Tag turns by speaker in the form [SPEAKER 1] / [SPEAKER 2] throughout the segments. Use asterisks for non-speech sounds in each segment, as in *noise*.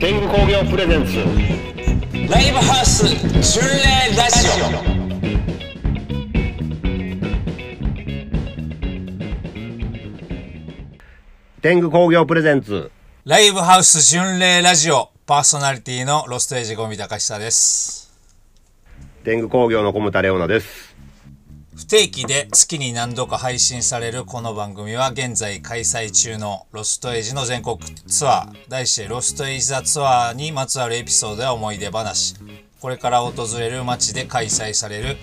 [SPEAKER 1] 天狗工業プレゼンツ
[SPEAKER 2] ライブハウス巡礼ラジオ
[SPEAKER 1] 天狗工業プレゼンツ
[SPEAKER 2] ライブハウス巡礼ラジオパーソナリティのロストエイジゴミ高久です
[SPEAKER 1] 天狗工業の小牟田レオナです
[SPEAKER 2] 不定期で月に何度か配信されるこの番組は現在開催中のロストエイジの全国ツアー題してロストエイジザツアーにまつわるエピソードや思い出話これから訪れる街で開催される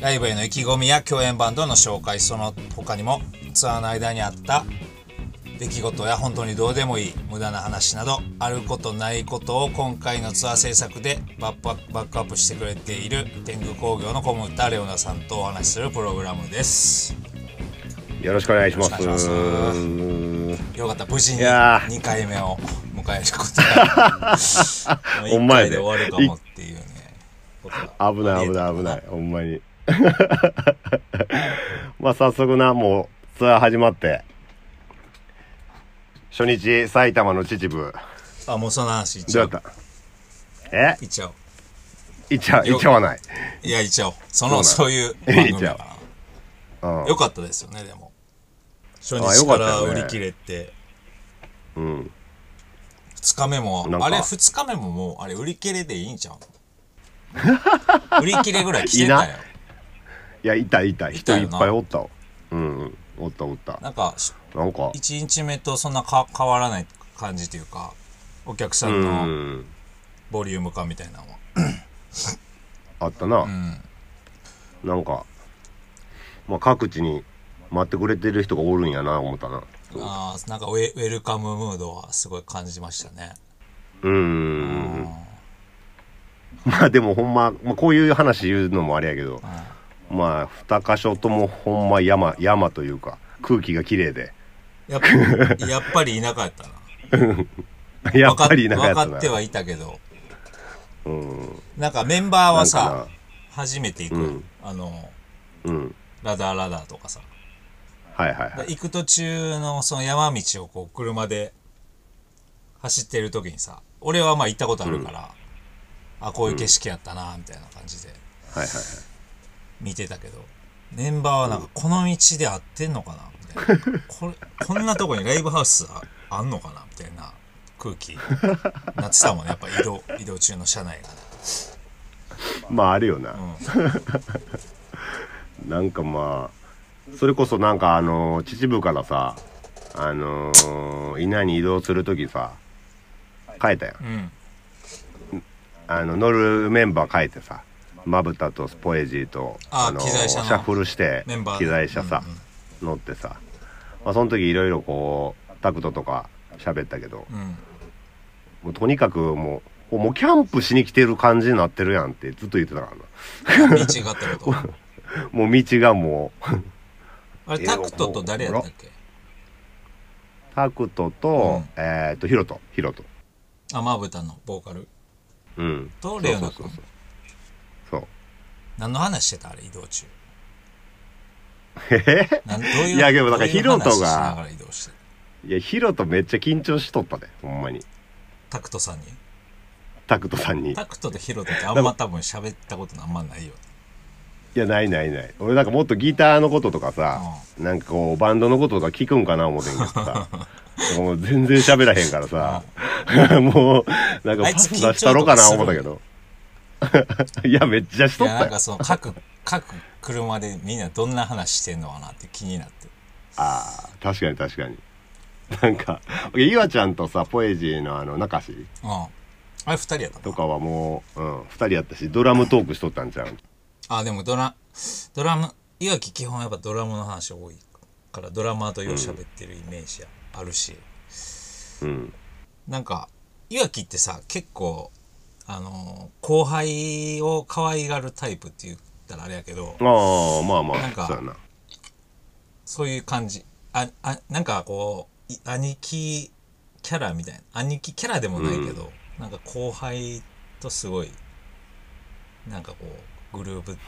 [SPEAKER 2] ライブへの意気込みや共演バンドの紹介その他にもツアーの間にあった出来事や本当にどうでもいい無駄な話などあることないことを今回のツアー制作でバックアップバックアップしてくれている天狗工業の小牟田レオナさんとお話しするプログラムです
[SPEAKER 1] よろしくお願いします
[SPEAKER 2] よろしくお願いしよかった無事に
[SPEAKER 1] いやー
[SPEAKER 2] 2回目を迎えること
[SPEAKER 1] *laughs*
[SPEAKER 2] が
[SPEAKER 1] ほんまやね
[SPEAKER 2] 1回で終わるかもっていうね
[SPEAKER 1] 危ない危ない危ないほんまに *laughs* まあ早速なもうツアー始まって初日埼玉の秩父
[SPEAKER 2] あもうその話いっち
[SPEAKER 1] ど
[SPEAKER 2] ゃ
[SPEAKER 1] う
[SPEAKER 2] う
[SPEAKER 1] だったえ
[SPEAKER 2] いっちゃおう
[SPEAKER 1] いっちゃういっちゃわない
[SPEAKER 2] いやいっちゃおうそのそういう
[SPEAKER 1] え
[SPEAKER 2] 番
[SPEAKER 1] いっ
[SPEAKER 2] 組
[SPEAKER 1] ち
[SPEAKER 2] だ
[SPEAKER 1] ゃ
[SPEAKER 2] から
[SPEAKER 1] うん
[SPEAKER 2] よかったですよねでも初
[SPEAKER 1] あ
[SPEAKER 2] 日
[SPEAKER 1] よか
[SPEAKER 2] か
[SPEAKER 1] った
[SPEAKER 2] ら
[SPEAKER 1] よね
[SPEAKER 2] 売り切れて
[SPEAKER 1] うん
[SPEAKER 2] 2日目も
[SPEAKER 1] なんか
[SPEAKER 2] あれ2日目ももうあれ *laughs* 売り切れでいいんちゃう売り切れぐらい来て
[SPEAKER 1] い
[SPEAKER 2] た
[SPEAKER 1] いな
[SPEAKER 2] よ
[SPEAKER 1] ないやいたいた人
[SPEAKER 2] たよ
[SPEAKER 1] い
[SPEAKER 2] な
[SPEAKER 1] っぱいおったわうんうんおったおった
[SPEAKER 2] なんかし
[SPEAKER 1] なんか
[SPEAKER 2] 1日目とそんなか変わらない感じというかお客さ
[SPEAKER 1] うん
[SPEAKER 2] の
[SPEAKER 1] ん
[SPEAKER 2] ボリューム感みたいなのは
[SPEAKER 1] あったな、なんか、まあ、各地に待ってくれてる人がおるんやな思ったな
[SPEAKER 2] あーなんかウェウェルカムムードはすごい感じましたね
[SPEAKER 1] うん
[SPEAKER 2] うん
[SPEAKER 1] *laughs* まあでもほんま、まあ、こういう話言うのもあれやけど、まあ2箇所ともほんま山山というか空気が綺麗で *laughs*
[SPEAKER 2] やっぱやっぱり田舎やったな
[SPEAKER 1] やっぱりなんかや
[SPEAKER 2] 分
[SPEAKER 1] っ
[SPEAKER 2] か
[SPEAKER 1] た
[SPEAKER 2] 分か
[SPEAKER 1] な
[SPEAKER 2] ってはいたけど
[SPEAKER 1] うん
[SPEAKER 2] なんかメンバーは
[SPEAKER 1] なんか
[SPEAKER 2] さ初めて行く、
[SPEAKER 1] うん
[SPEAKER 2] あの
[SPEAKER 1] うん
[SPEAKER 2] ラダーラダーとかさ
[SPEAKER 1] はいはいはい
[SPEAKER 2] 行く途中のその山道をこう車で走ってる時にさ俺はまあ行ったことあるから、あこういう景色やったなみたいな感じで
[SPEAKER 1] はいはいはい
[SPEAKER 2] 見てたけどメンバーはなんかこの道で合ってんのかなみたい
[SPEAKER 1] *laughs*
[SPEAKER 2] なこれこんなとこにライブハウスああんのかなみたいな空気なってたもんねやっぱ移動移動中の車内が、
[SPEAKER 1] まああるよな、
[SPEAKER 2] うん、
[SPEAKER 1] *laughs* なんかまあそれこそなんかあのー秩父からさあのー稲に移動する時さ変えたやん
[SPEAKER 2] うん。
[SPEAKER 1] あの乗るメンバー変えてさまぶたとスポエジーと
[SPEAKER 2] あ
[SPEAKER 1] のー
[SPEAKER 2] 機材車の
[SPEAKER 1] シャッフルして
[SPEAKER 2] メンバー
[SPEAKER 1] 機材車さ、乗ってさ、まあ、その時いろいろこうタクトとか喋ったけど
[SPEAKER 2] うん。
[SPEAKER 1] もうとにかくもうもうキャンプしに来てる感じになってるやんってずっと言ってたから
[SPEAKER 2] 道があったこ
[SPEAKER 1] *laughs*
[SPEAKER 2] と。
[SPEAKER 1] なもう道がもう
[SPEAKER 2] あれ、タクトと誰やったっけ
[SPEAKER 1] タクトと、えーっとヒロトヒロト
[SPEAKER 2] あ、まぶたのボーカル。
[SPEAKER 1] うん
[SPEAKER 2] とレオナ君
[SPEAKER 1] そうそうそうそう
[SPEAKER 2] 何の話してたあれ移動中
[SPEAKER 1] えへ
[SPEAKER 2] なんどういう
[SPEAKER 1] いやでもなんか
[SPEAKER 2] どうい
[SPEAKER 1] ヒ
[SPEAKER 2] う
[SPEAKER 1] ロトが
[SPEAKER 2] 話しながら移動して
[SPEAKER 1] へいやヒロトめっちゃ緊張しとったでほんまに
[SPEAKER 2] タクトさんに
[SPEAKER 1] タクトさんに
[SPEAKER 2] タクトとヒロトってあんま多分喋ったことあんまないよ
[SPEAKER 1] いやないないない俺なんかもっとギターのこととかさ、なんかこうバンドのこととか聞くんかな思ってんけどさ *laughs* もう全然喋らへんからさ *laughs* もうなんか
[SPEAKER 2] あ
[SPEAKER 1] パ
[SPEAKER 2] いつ
[SPEAKER 1] ス出したろかな思ったけど *laughs* いやめっちゃし
[SPEAKER 2] い
[SPEAKER 1] とっ
[SPEAKER 2] や
[SPEAKER 1] た
[SPEAKER 2] なん
[SPEAKER 1] よ
[SPEAKER 2] かその各各車でみんなどんな話してんのかなって気になって
[SPEAKER 1] あー確かに確かになんか岩ちゃんとさポエジーのあの中志
[SPEAKER 2] うんあれ二人やった
[SPEAKER 1] と
[SPEAKER 2] な
[SPEAKER 1] かはもう、うん、2人やったしドラムトークしとったんちゃうん
[SPEAKER 2] あでもドラドラム岩木基本やっぱドラムの話多いからドラマーとよう喋ってるイメージやあるし、
[SPEAKER 1] うん
[SPEAKER 2] なんか、いわきってさ、結構、あのー後輩を可愛がるタイプって言ったらあれやけど、
[SPEAKER 1] ああまあま
[SPEAKER 2] なん
[SPEAKER 1] あ
[SPEAKER 2] か
[SPEAKER 1] そうやな
[SPEAKER 2] そういう感じ。あ、あ、なんかこう、い兄貴キャラみたいな。兄貴キャラでもないけど、なんか後輩とすごい、なんかこう、グル
[SPEAKER 1] *laughs*
[SPEAKER 2] ープ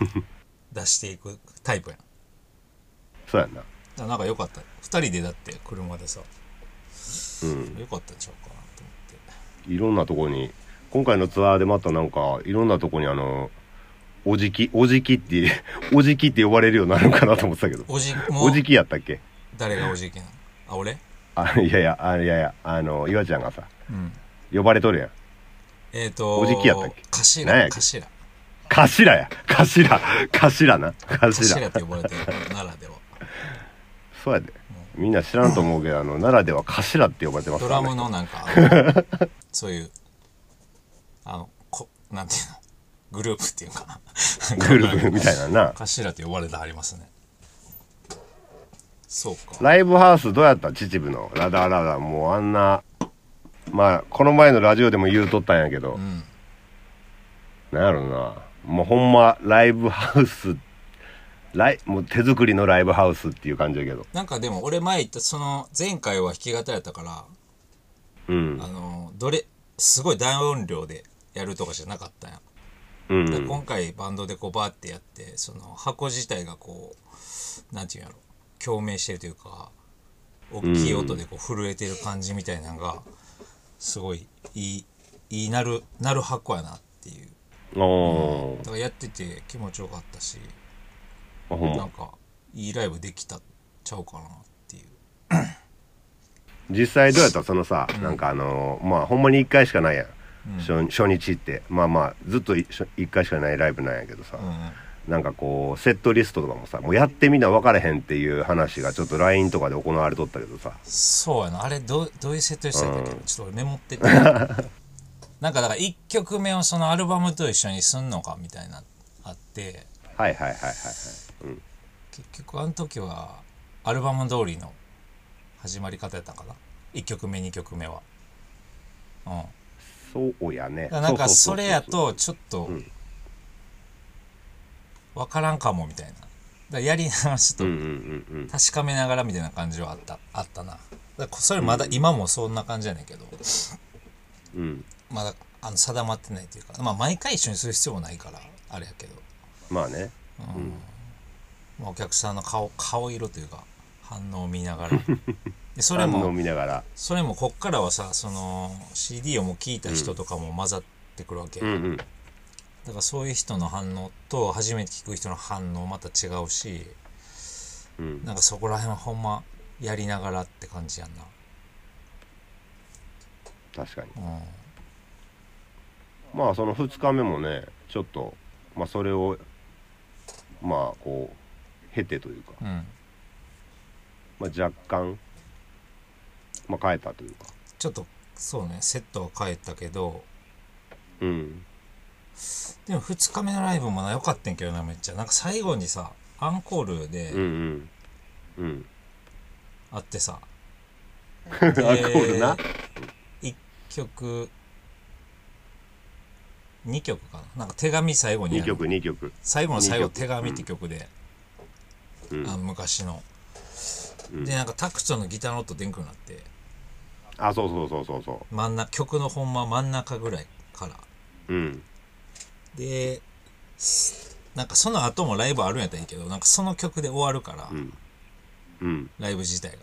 [SPEAKER 2] 出していくタイプやん。だか
[SPEAKER 1] そうやな
[SPEAKER 2] らなんか良かった。二人でだって車でさ、
[SPEAKER 1] うん
[SPEAKER 2] 良かったんちゃうかなと思って。
[SPEAKER 1] いろんなとこに今回のツアーでまたなんかいろんなとこにあのおじきおじきって *laughs* おじきって呼ばれるようになるのかなと思ってたけど
[SPEAKER 2] おじも
[SPEAKER 1] お
[SPEAKER 2] う
[SPEAKER 1] じきやったっけ
[SPEAKER 2] 誰がおじきなのあ俺
[SPEAKER 1] あいやいやあいやいやあの岩ちゃんがさ
[SPEAKER 2] うん
[SPEAKER 1] 呼ばれとるやん
[SPEAKER 2] えっ、と
[SPEAKER 1] おじきやったっけ
[SPEAKER 2] 頭
[SPEAKER 1] 何やっけ
[SPEAKER 2] 頭
[SPEAKER 1] 頭や頭頭な頭
[SPEAKER 2] 頭って呼ばれてる奈良で
[SPEAKER 1] *laughs*
[SPEAKER 2] は
[SPEAKER 1] そうやでみんな知らんと思うけどあの奈良では頭って呼ばれてます
[SPEAKER 2] ド
[SPEAKER 1] から
[SPEAKER 2] ラ
[SPEAKER 1] ね
[SPEAKER 2] ムのなん
[SPEAKER 1] *laughs*
[SPEAKER 2] かあのそういうあのこなんていうのグループっていうか
[SPEAKER 1] グループみたいなな
[SPEAKER 2] 頭って呼ばれてはりますねそうか
[SPEAKER 1] ライブハウスどうやった秩父のラダラダもうあんなまあこの前のラジオでも言うとったんやけど、
[SPEAKER 2] うん
[SPEAKER 1] なんやろなもうほんまライブハウスライもう手作りのライブハウスっていう感じやけど
[SPEAKER 2] なんかでも俺前言ったその前回は弾き語りやったから
[SPEAKER 1] うん
[SPEAKER 2] あのどれすごい大音量でやるとかじゃなかったんや
[SPEAKER 1] うん
[SPEAKER 2] で今回バンドでこうバーってやってその箱自体がこうなんていうんやろ共鳴してるというか大きい音でこう震えてる感じみたいなのがすごいいいいいなるなる箱やなっていう
[SPEAKER 1] お
[SPEAKER 2] だからやってて気持ちよかったし
[SPEAKER 1] ーあほん
[SPEAKER 2] な
[SPEAKER 1] ま
[SPEAKER 2] んかいいライブできたんちゃうかなっていう
[SPEAKER 1] 実際どうやったそのさ、なんかあのーまあほんまに1回しかないやん、初初日ってまあまあずっと1回しかないライブなんやけどさ、
[SPEAKER 2] う
[SPEAKER 1] なんかこうセットリストとかもさもうやってみな分からへんっていう話がちょっと LINE とかで行われとったけどさ
[SPEAKER 2] そうやなあれどうどういうセットでしたっけちょっと俺メモっててなんかだから1曲目をそのアルバムと一緒にすんのかみたいなあって
[SPEAKER 1] はいはいはいはいはい
[SPEAKER 2] 結局あの時はアルバム通りの始まり方やったんかな1曲目2曲目はうんだか
[SPEAKER 1] そうやね
[SPEAKER 2] らなんか
[SPEAKER 1] う
[SPEAKER 2] そう
[SPEAKER 1] うう
[SPEAKER 2] れやとちょっとわからんかもみたいなだからやりながらちょっと
[SPEAKER 1] うんうんうんうん
[SPEAKER 2] 確かめながらみたいな感じはあったあったなだからこそれまだ今もそんな感じやねんけど
[SPEAKER 1] うん
[SPEAKER 2] まだあの定まってないというかまあ毎回一緒にする必要もないからあれやけど、
[SPEAKER 1] まあね
[SPEAKER 2] まあ、お客さんの顔顔色というか反応を見ながら *laughs* でそれ
[SPEAKER 1] 反
[SPEAKER 2] も
[SPEAKER 1] 応見ながら
[SPEAKER 2] それもこっからはさその CD をもう聞いた人とかも混ざってくるわけ、
[SPEAKER 1] うんうん
[SPEAKER 2] だからそういう人の反応と初めて聞く人の反応また違うし、
[SPEAKER 1] うん
[SPEAKER 2] なんかそこら辺はほんまやりながらって感じやんな
[SPEAKER 1] 確かに
[SPEAKER 2] うん
[SPEAKER 1] まあその2日目もねちょっとまあそれをまあこう経てというか、
[SPEAKER 2] うん
[SPEAKER 1] まあ、若干まあ変えたというか
[SPEAKER 2] ちょっとそうねセットは変えたけど
[SPEAKER 1] うん
[SPEAKER 2] でも2日目のライブもな良かったんけどなめっちゃなんか最後にさアンコールで
[SPEAKER 1] うんうんうん
[SPEAKER 2] あってさ、
[SPEAKER 1] *laughs* アンコールな
[SPEAKER 2] 1曲2曲かななんか手紙最後にや
[SPEAKER 1] 2
[SPEAKER 2] る
[SPEAKER 1] 曲2曲
[SPEAKER 2] 最後の最後「
[SPEAKER 1] 二曲
[SPEAKER 2] 手紙」って曲で、
[SPEAKER 1] うん
[SPEAKER 2] あの昔の、
[SPEAKER 1] うん
[SPEAKER 2] でなんかタクトのギターの音でんくなって
[SPEAKER 1] あそうそうそうそうそ
[SPEAKER 2] 真ん中曲のほんま真ん中ぐらいから
[SPEAKER 1] ううん
[SPEAKER 2] で s- なんかその後もライブあるんやったらいいけどなんかその曲で終わるから、
[SPEAKER 1] んうん
[SPEAKER 2] ライブ自体が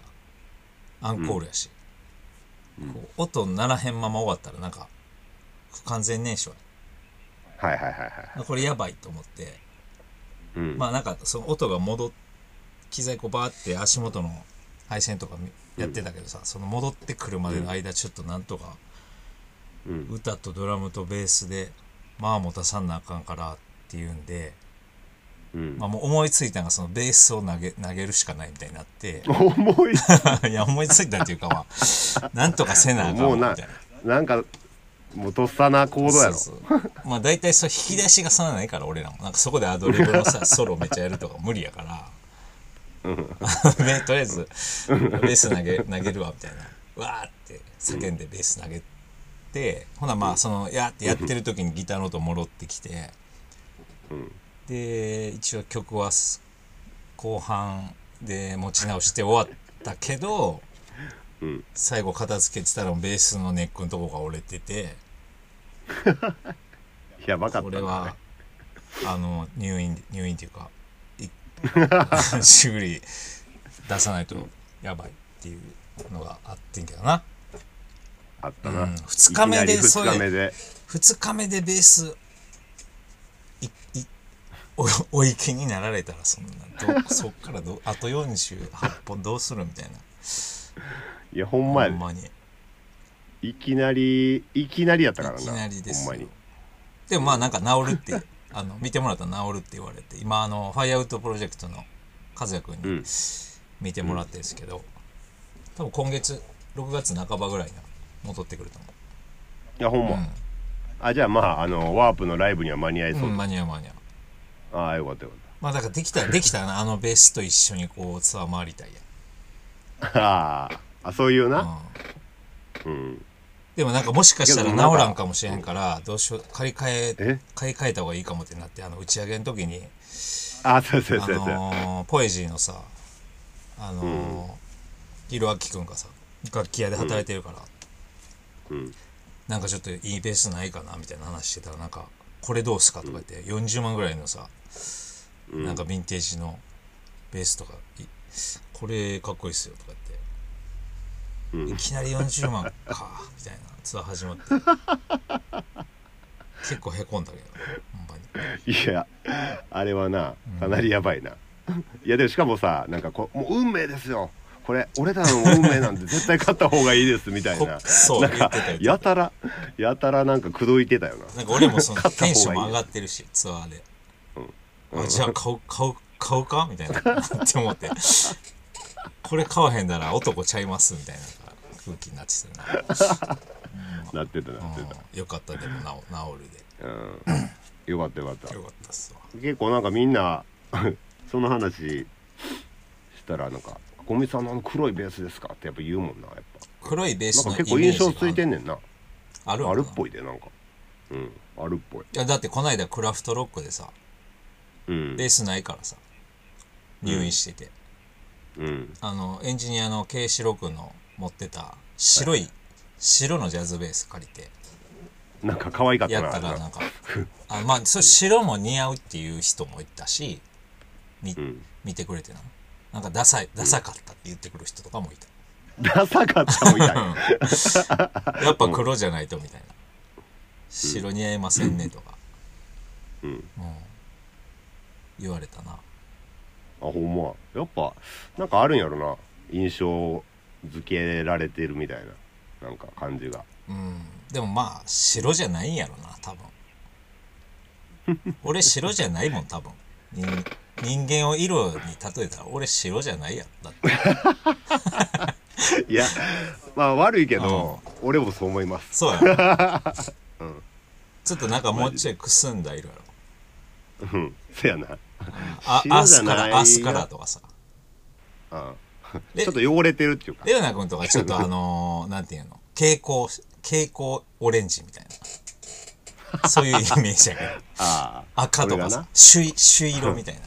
[SPEAKER 2] アンコールやし、こう音鳴らへんまま終わったらなんか不完全燃焼
[SPEAKER 1] はいはいはいはい
[SPEAKER 2] やこれやばいと思って
[SPEAKER 1] うん、
[SPEAKER 2] まあなんかその音が戻っ機材こうバーって足元の配線とかみやってたけどさ、その戻ってくるまでの間ちょっとなんとか
[SPEAKER 1] うん
[SPEAKER 2] 歌とドラムとベースでまあ持たさんなあかんからっていうんで、
[SPEAKER 1] うん
[SPEAKER 2] まあ、もう思いついたのがそのベースを投げ投げるしかないみたいになって。 *laughs*
[SPEAKER 1] 重い *laughs*
[SPEAKER 2] いや思いついたっていうかまあなんとかせなあかん
[SPEAKER 1] も
[SPEAKER 2] わ
[SPEAKER 1] う
[SPEAKER 2] みた
[SPEAKER 1] ない
[SPEAKER 2] な。
[SPEAKER 1] なんかもうとっさな行動やろ
[SPEAKER 2] そうそう *laughs* まあ大体そう引き出しがそんなないから俺らもなんかそこでアドリブのさソロめっちゃやるとか無理やから *laughs* ねとりあえずベース投げ投げるわみたいなわーって叫んでベース投げて、ほなまあそのやーってやってる時にギターの音戻ってきて、で一応曲はす後半で持ち直して終わったけど、
[SPEAKER 1] ん
[SPEAKER 2] 最後片付けてたらベースのネックのとこが折れてて。
[SPEAKER 1] やばかった
[SPEAKER 2] こ
[SPEAKER 1] な
[SPEAKER 2] れはあの入院入院というか
[SPEAKER 1] *laughs*
[SPEAKER 2] いしぐり出さないとやばいっていうのがあってんけどな
[SPEAKER 1] あったな、
[SPEAKER 2] うん二日目で
[SPEAKER 1] いきなり
[SPEAKER 2] そういう
[SPEAKER 1] 二日目で
[SPEAKER 2] 2日目でベースいいお *laughs* おいけになられたらそんなどそっからどあと48本どうするみたいない
[SPEAKER 1] やほんまや
[SPEAKER 2] ほんまに
[SPEAKER 1] いきなりいきなりやったからない
[SPEAKER 2] きなりですよ
[SPEAKER 1] ほんまに
[SPEAKER 2] でもまあなんか治るって *laughs* あの見てもらったら治るって言われて今あのファイアウトプロジェクトの和也君
[SPEAKER 1] う
[SPEAKER 2] に
[SPEAKER 1] ん
[SPEAKER 2] 見てもらってるんですけど、多分今月6月半ばぐらいには戻ってくると思
[SPEAKER 1] いやほんま、
[SPEAKER 2] うん
[SPEAKER 1] あじゃあまああのワープのライブには間に合いそう
[SPEAKER 2] う、
[SPEAKER 1] だ、
[SPEAKER 2] うん、間に合う間に合う
[SPEAKER 1] ああよかったよかっ
[SPEAKER 2] まあだからで
[SPEAKER 1] *laughs*
[SPEAKER 2] きたらできたらなあのベースと一緒にこうツアー回りたい
[SPEAKER 1] たあーあそういう
[SPEAKER 2] やん、う
[SPEAKER 1] なんうん、
[SPEAKER 2] でもなんかもしかしたら治らんかもしれんから、どうしよう、買い替え
[SPEAKER 1] え、
[SPEAKER 2] 買い替えた方がいいかもってなって、あの、打ち上げの時に、
[SPEAKER 1] あそうそう
[SPEAKER 2] あ
[SPEAKER 1] そうそう、
[SPEAKER 2] のー *laughs* ポエジーのさ、あのー、ひろあきくんがさ、楽器屋で働いてるから、
[SPEAKER 1] うん
[SPEAKER 2] なんかちょっといいベースないかなみたいな話してたら、なんか、これどうすかとか言って、40万ぐらいのさ、
[SPEAKER 1] うん
[SPEAKER 2] なんかヴィンテージのベースとか、いこれかっこいいっすよとか言って、
[SPEAKER 1] うん
[SPEAKER 2] いきなり40万か、みたいなツアー始まって。
[SPEAKER 1] *laughs*
[SPEAKER 2] 結構へこんだけど、ほんまに。
[SPEAKER 1] いやあれはなかなりやばいな、いやでもしかもさなんかこうもう運命ですよこれ俺らの運命
[SPEAKER 2] *laughs*
[SPEAKER 1] なんで絶対勝った方がいいですみたいな
[SPEAKER 2] こそう
[SPEAKER 1] な
[SPEAKER 2] 言
[SPEAKER 1] ん
[SPEAKER 2] ってた
[SPEAKER 1] か
[SPEAKER 2] 言ってた
[SPEAKER 1] やたらやたらなんか口説いてたよな
[SPEAKER 2] なんか俺もその
[SPEAKER 1] 買った方が
[SPEAKER 2] テ
[SPEAKER 1] いい
[SPEAKER 2] ンションも上がってるし、ツアーで。あじゃあ買う、買う、買うかみたいな。って思って。これ買わへんなら男ちゃいますみたいな空気になって
[SPEAKER 1] なっ
[SPEAKER 2] た
[SPEAKER 1] てたな
[SPEAKER 2] な
[SPEAKER 1] っ。てた
[SPEAKER 2] うんよかった、でもなお治るで。
[SPEAKER 1] よかったよかった
[SPEAKER 2] よかったっすわ。
[SPEAKER 1] 結構なんかみんな *laughs* その話したらなんか「ゴミさんのあの黒いベースですか?」ってやっぱ言うもんなやっぱ
[SPEAKER 2] 黒いベー
[SPEAKER 1] なん
[SPEAKER 2] スの
[SPEAKER 1] か結
[SPEAKER 2] イメージが
[SPEAKER 1] 構印象ついてんねんな
[SPEAKER 2] ある
[SPEAKER 1] あるっ
[SPEAKER 2] い。
[SPEAKER 1] ぽいでなんかうんあるっぽい
[SPEAKER 2] いや、だってこの間クラフトロックでさ、
[SPEAKER 1] うん
[SPEAKER 2] ベースないからさ、入院してて。
[SPEAKER 1] うん
[SPEAKER 2] あの、エンジニアのケ四郎君の持ってた白い、白のジャズベース借りて、
[SPEAKER 1] なんか可愛かった
[SPEAKER 2] やっ
[SPEAKER 1] な
[SPEAKER 2] た
[SPEAKER 1] あ
[SPEAKER 2] ら
[SPEAKER 1] れ
[SPEAKER 2] な
[SPEAKER 1] なん
[SPEAKER 2] かあまあそう白も似合うっていう人もいたしみ、
[SPEAKER 1] ん
[SPEAKER 2] 見てくれてななんかダサいダサかったって言ってくる人とかもいた、
[SPEAKER 1] ダサかった *laughs* もんや
[SPEAKER 2] やっぱ黒じゃないとみたいな白似合いませんねとか、
[SPEAKER 1] うん
[SPEAKER 2] 言われたな
[SPEAKER 1] あほんまやっぱなんかあるんやろな印象付けられてるみたいななんか感じが
[SPEAKER 2] うんでもまあ白じゃないんやろな多 *laughs* 分俺白じゃないもん多分人人間を色に例えたら俺白じゃないやんだって
[SPEAKER 1] いやまあ悪いけど俺もそう思います
[SPEAKER 2] そうやろ、
[SPEAKER 1] *laughs*
[SPEAKER 2] ちょっとなんかもうちょいくすんだ色やろ
[SPEAKER 1] うんせやな
[SPEAKER 2] あ、
[SPEAKER 1] 白
[SPEAKER 2] ア
[SPEAKER 1] じ
[SPEAKER 2] ス
[SPEAKER 1] ゃ
[SPEAKER 2] カ
[SPEAKER 1] ない
[SPEAKER 2] ラ、アスカラとかさ。
[SPEAKER 1] あ
[SPEAKER 2] え
[SPEAKER 1] ちょっと汚れてるっていうか
[SPEAKER 2] レオナ君とかちょっとあのー、なんていうの蛍光、蛍光オレンジみたいな。そういうイメージや
[SPEAKER 1] *laughs*
[SPEAKER 2] けど。
[SPEAKER 1] ああ
[SPEAKER 2] 赤とか
[SPEAKER 1] これが
[SPEAKER 2] さ
[SPEAKER 1] な、
[SPEAKER 2] 朱い朱色みたい
[SPEAKER 1] *laughs*
[SPEAKER 2] な。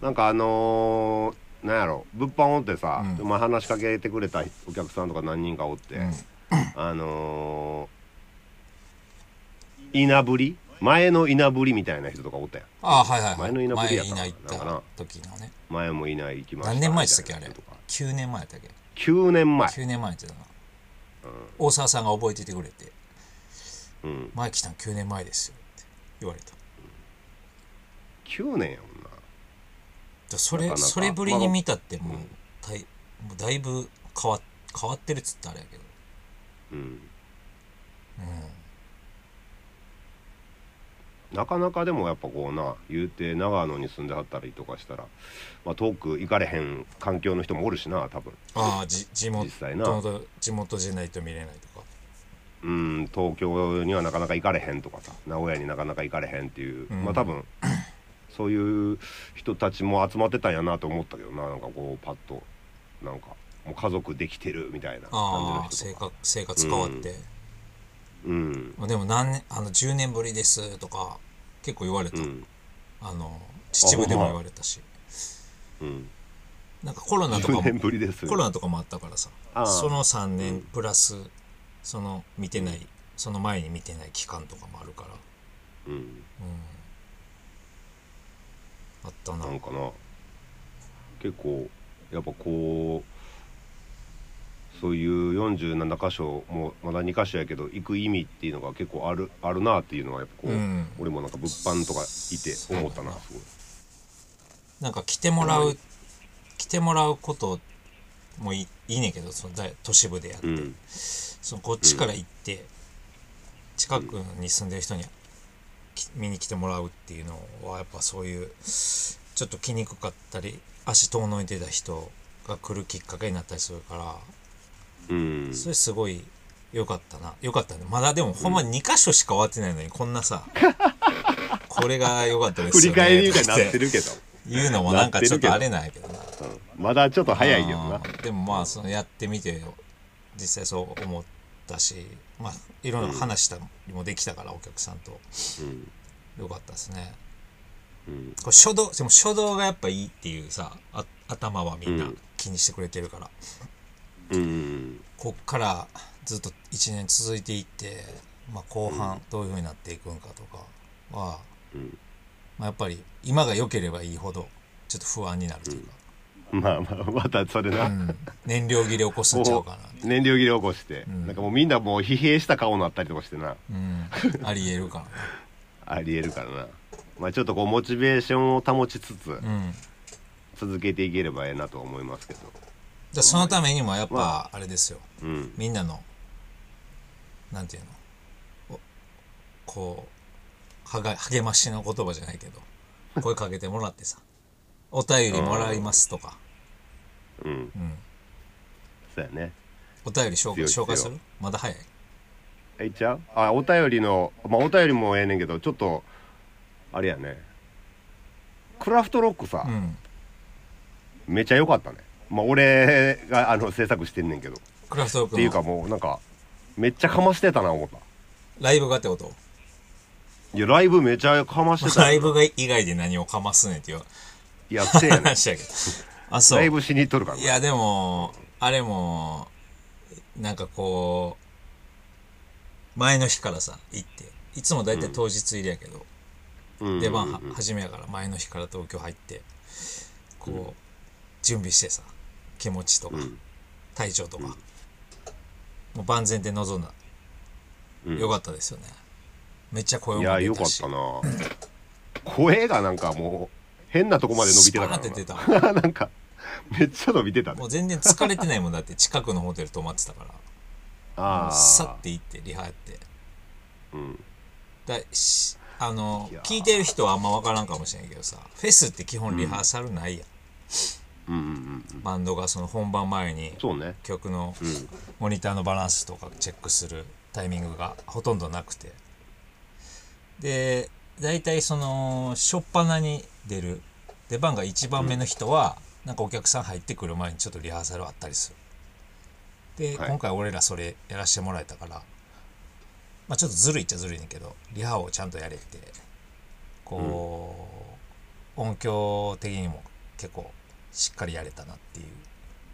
[SPEAKER 1] なんかあのー、なんやろ物販おってさ、
[SPEAKER 2] う
[SPEAKER 1] まあ、話しかけてくれたお客さんとか何人かおって、あのー、稲ぶり前の稲ぶりみたいな人とかおったやん
[SPEAKER 2] ああ、はいはいはい。
[SPEAKER 1] 前の稲ぶりや
[SPEAKER 2] 前
[SPEAKER 1] っ
[SPEAKER 2] い
[SPEAKER 1] たかな
[SPEAKER 2] ない行っ
[SPEAKER 1] なんかな
[SPEAKER 2] た時のね。
[SPEAKER 1] 前もいない行きました
[SPEAKER 2] 何年前やったっけあれ
[SPEAKER 1] みたいな人とか。
[SPEAKER 2] 9年前やったっけ
[SPEAKER 1] 9年前
[SPEAKER 2] ?9 年前やったな。大沢さんが覚えててくれて、
[SPEAKER 1] うん
[SPEAKER 2] 前来たん9年前ですよって言われた。
[SPEAKER 1] 9年やもんな
[SPEAKER 2] じゃあそれ
[SPEAKER 1] なかなか
[SPEAKER 2] それぶりに見たってもう,、だいもうだいぶ変わ変わってるっつったらあれやけど
[SPEAKER 1] うん、なかなかでもやっぱこうな言うて長野に住んではったりとかしたら、まあ、遠く行かれへん環境の人もおるしな多分
[SPEAKER 2] ああじ地元
[SPEAKER 1] 実際な
[SPEAKER 2] 地元じゃないと見れないとか
[SPEAKER 1] うん東京にはなかなか行かれへんとかさ名古屋になかなか行かれへんっていう、
[SPEAKER 2] ん
[SPEAKER 1] まあ多分 *coughs* そういう人たちも集まってたんやなと思ったけどななんかこうパッとなんかもう家族できてるみたいな
[SPEAKER 2] あ
[SPEAKER 1] 感
[SPEAKER 2] あ
[SPEAKER 1] じの
[SPEAKER 2] 生
[SPEAKER 1] 人とか
[SPEAKER 2] 活生活変わって、
[SPEAKER 1] うん
[SPEAKER 2] まあ、でも何年あの10年ぶりですとか結構言われた、
[SPEAKER 1] うん
[SPEAKER 2] あの秩父でも言われたし
[SPEAKER 1] うん
[SPEAKER 2] なんかコロナとか
[SPEAKER 1] 10
[SPEAKER 2] も
[SPEAKER 1] 年ぶりです
[SPEAKER 2] コロナとかもあったからさ
[SPEAKER 1] ああ
[SPEAKER 2] その3年プラス、その見てないその前に見てない期間とかもあるから
[SPEAKER 1] うん
[SPEAKER 2] あったな
[SPEAKER 1] なんかな結構やっぱこうそういう47箇所もまだ2箇所やけど行く意味っていうのが結構あるあるなっていうのはやっぱこう、
[SPEAKER 2] うん
[SPEAKER 1] 俺もなんか物販とかいて思ったなすごい
[SPEAKER 2] なんか来てもらう、来てもらうこともいいいいねんけどそのだい都市部でやって、
[SPEAKER 1] うん
[SPEAKER 2] そのこっちから行って近くに住んでる人にき見に来てもらうっていうのはやっぱそういうちょっと来にくかったり足遠のいてた人が来るきっかけになったりするから
[SPEAKER 1] うん
[SPEAKER 2] それすごい良かったな良かったねまだでもほんま2箇所しか終わってないのにこん
[SPEAKER 1] *laughs*
[SPEAKER 2] なさこれが良かったです
[SPEAKER 1] 振
[SPEAKER 2] よ
[SPEAKER 1] り
[SPEAKER 2] ね
[SPEAKER 1] 返りみたいにな
[SPEAKER 2] とか
[SPEAKER 1] ってるけど、
[SPEAKER 2] 言うのもなんかちょっとあれないけどな
[SPEAKER 1] うんまだちょっと早いけど
[SPEAKER 2] あ
[SPEAKER 1] な
[SPEAKER 2] ーでもまあそのやってみて実際そう思ったしまあいろいろ話したりもできたから、お客さんと
[SPEAKER 1] うん
[SPEAKER 2] よかったですね
[SPEAKER 1] うん
[SPEAKER 2] これ初動でも初動がやっぱいいっていうさあ頭はみんな
[SPEAKER 1] うん
[SPEAKER 2] 気にしてくれてるから、
[SPEAKER 1] うん
[SPEAKER 2] こっからずっと1年続いていって、まあ、後半どういうふうになっていくんかとかは、
[SPEAKER 1] うん
[SPEAKER 2] まあ、やっぱり今が良ければいいほどちょっと不安になるというか、
[SPEAKER 1] まあまあまたそれな、
[SPEAKER 2] うん燃料切れ起こすんちゃうかなって
[SPEAKER 1] 燃料切れ起こして、
[SPEAKER 2] ん
[SPEAKER 1] なんかもうみんなもう疲弊した顔になったりとかしてな
[SPEAKER 2] うん、ありえるか
[SPEAKER 1] ありえるからなまあちょっとこうモチベーションを保ちつつ、
[SPEAKER 2] ら、うん、
[SPEAKER 1] 続けていければええなとは思いますけど
[SPEAKER 2] じゃあそのためにもやっぱあれですよ
[SPEAKER 1] うん
[SPEAKER 2] みんなのなんていうのおこうはが励ましの言葉じゃな
[SPEAKER 1] *laughs*
[SPEAKER 2] いけど声かけてもらってさお便りもらいますとか、
[SPEAKER 1] うん
[SPEAKER 2] うん、
[SPEAKER 1] そうやね
[SPEAKER 2] お便り紹介
[SPEAKER 1] 必要
[SPEAKER 2] 紹介す
[SPEAKER 1] 必
[SPEAKER 2] るまだ早い
[SPEAKER 1] えいっちゃうあお便りのまあお便りもええねんけどちょっとあれやねクラフトロックさ、
[SPEAKER 2] うん
[SPEAKER 1] めちゃ良かったねまあ俺があの制作してんねんけどっ
[SPEAKER 2] クラフトロッ
[SPEAKER 1] ていう
[SPEAKER 2] ク
[SPEAKER 1] か
[SPEAKER 2] の
[SPEAKER 1] もうなんかめっちゃかましてたな思った
[SPEAKER 2] ライブがっ
[SPEAKER 1] *laughs*
[SPEAKER 2] てこと
[SPEAKER 1] いやライブめちゃかましてた
[SPEAKER 2] *laughs* ライ
[SPEAKER 1] い
[SPEAKER 2] ブが以外で何をかますねんっていう
[SPEAKER 1] やせやねん
[SPEAKER 2] 話
[SPEAKER 1] *laughs*
[SPEAKER 2] やけどあ *laughs* そう
[SPEAKER 1] ライブしに行っとるから
[SPEAKER 2] い
[SPEAKER 1] な
[SPEAKER 2] やでもあれもなんかこう前の日からさ行っていつも大体当日入りやけど、
[SPEAKER 1] うんうんうん
[SPEAKER 2] 出番は初めやから前の日から東京入ってこう、準備してさ気持ちとか、
[SPEAKER 1] ん
[SPEAKER 2] 体調とか、もう万全で臨んだ、
[SPEAKER 1] うん
[SPEAKER 2] よかったですよねめっちゃ声を
[SPEAKER 1] いや
[SPEAKER 2] 出
[SPEAKER 1] 良
[SPEAKER 2] た
[SPEAKER 1] かっ
[SPEAKER 2] した
[SPEAKER 1] な声がなんかもう変なとこまで伸びてた
[SPEAKER 2] スパーンって出
[SPEAKER 1] か
[SPEAKER 2] たもん
[SPEAKER 1] らな *laughs* なんかめっちゃ伸びてたね
[SPEAKER 2] もう全然疲れてないもんだって近くのホテル泊まってたから
[SPEAKER 1] ああ
[SPEAKER 2] さって行ってリハやって
[SPEAKER 1] うん
[SPEAKER 2] だしあの
[SPEAKER 1] いやー
[SPEAKER 2] 聞いてる人はあんま分からんかもしれんけどさフェスって基本リハーサルないや
[SPEAKER 1] う
[SPEAKER 2] ん、
[SPEAKER 1] んうんうんうん
[SPEAKER 2] バンドがその本番前に
[SPEAKER 1] そうね
[SPEAKER 2] 曲の
[SPEAKER 1] うん
[SPEAKER 2] モニターのバランスとかチェックするタイミングがほとんどなくてで大体その初っ端に出る出番が1番目の人は、なんかお客さん入ってくる前にちょっとリハーサルあったりするで、
[SPEAKER 1] はい
[SPEAKER 2] 今回俺らそれやらしてもらえたからまあちょっとずるいっちゃずるいねんけどリハをちゃんとやれてこう、音響的にも結構しっかりやれたなっていう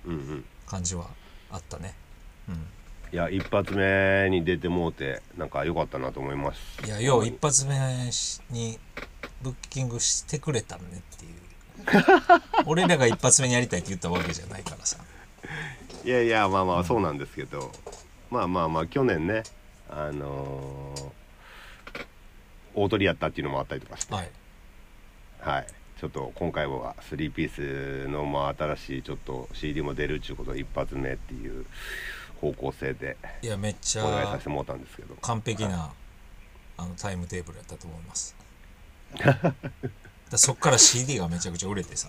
[SPEAKER 1] うんうん
[SPEAKER 2] 感じはあったねうん
[SPEAKER 1] いや一発目に出てもうてなんか良かったなと思います
[SPEAKER 2] いや、よう一発目にブッキングしてくれたねっていう。俺らが一発目にやりたいって言ったわけじゃないからさ。
[SPEAKER 1] いやいやまあまあそうなんですけど、まあまあまあ去年ねあのー大鳥やったっていうのもあったりとかして
[SPEAKER 2] はい。
[SPEAKER 1] はいちょっと今回は3ピースのまあ新しいちょっと CD も出るっちゅうことで一発目っていう方向性で
[SPEAKER 2] いや、めっち
[SPEAKER 1] お願いさ
[SPEAKER 2] ゃ
[SPEAKER 1] せてもらったんですけど
[SPEAKER 2] 完璧なあのタイムテーブルやったと思います。だそっから CD がめちゃくちゃ売れてさ。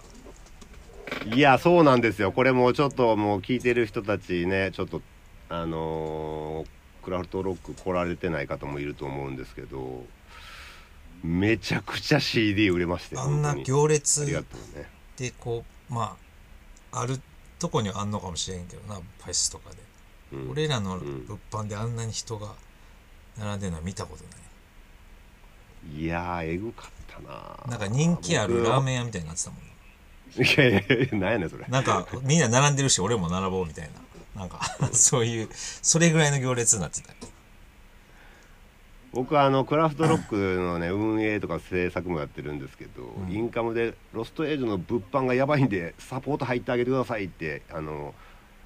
[SPEAKER 1] いやそうなんですよこれもちょっともう聞いてる人たちねちょっとあのークラフトロック来られてない方もいると思うんですけどめちゃくちゃ CD 売れまして
[SPEAKER 2] あんな
[SPEAKER 1] 本当に
[SPEAKER 2] 行
[SPEAKER 1] ありが
[SPEAKER 2] 列
[SPEAKER 1] とうね
[SPEAKER 2] でこう、まあ、あるとこにはあんのかもしれんけどな、フェスとかで。
[SPEAKER 1] うん
[SPEAKER 2] 俺らの物販であんなに人が並んでるのは見たことない。
[SPEAKER 1] いやーえぐかったな
[SPEAKER 2] なんか人気あるラーメン屋みたいになってたもんな。
[SPEAKER 1] *laughs* 僕いやいやいやなんやねんそれ
[SPEAKER 2] なんかみんな並んでるし俺も並ぼうみたいななんか *laughs* そういうそれぐらいの行列になってたよ
[SPEAKER 1] 僕はあのクラフトロックのね運営とか制作もやってるんですけど、インカムで「ロストエイジの物販がやばいんでサポート入ってあげてください」ってあの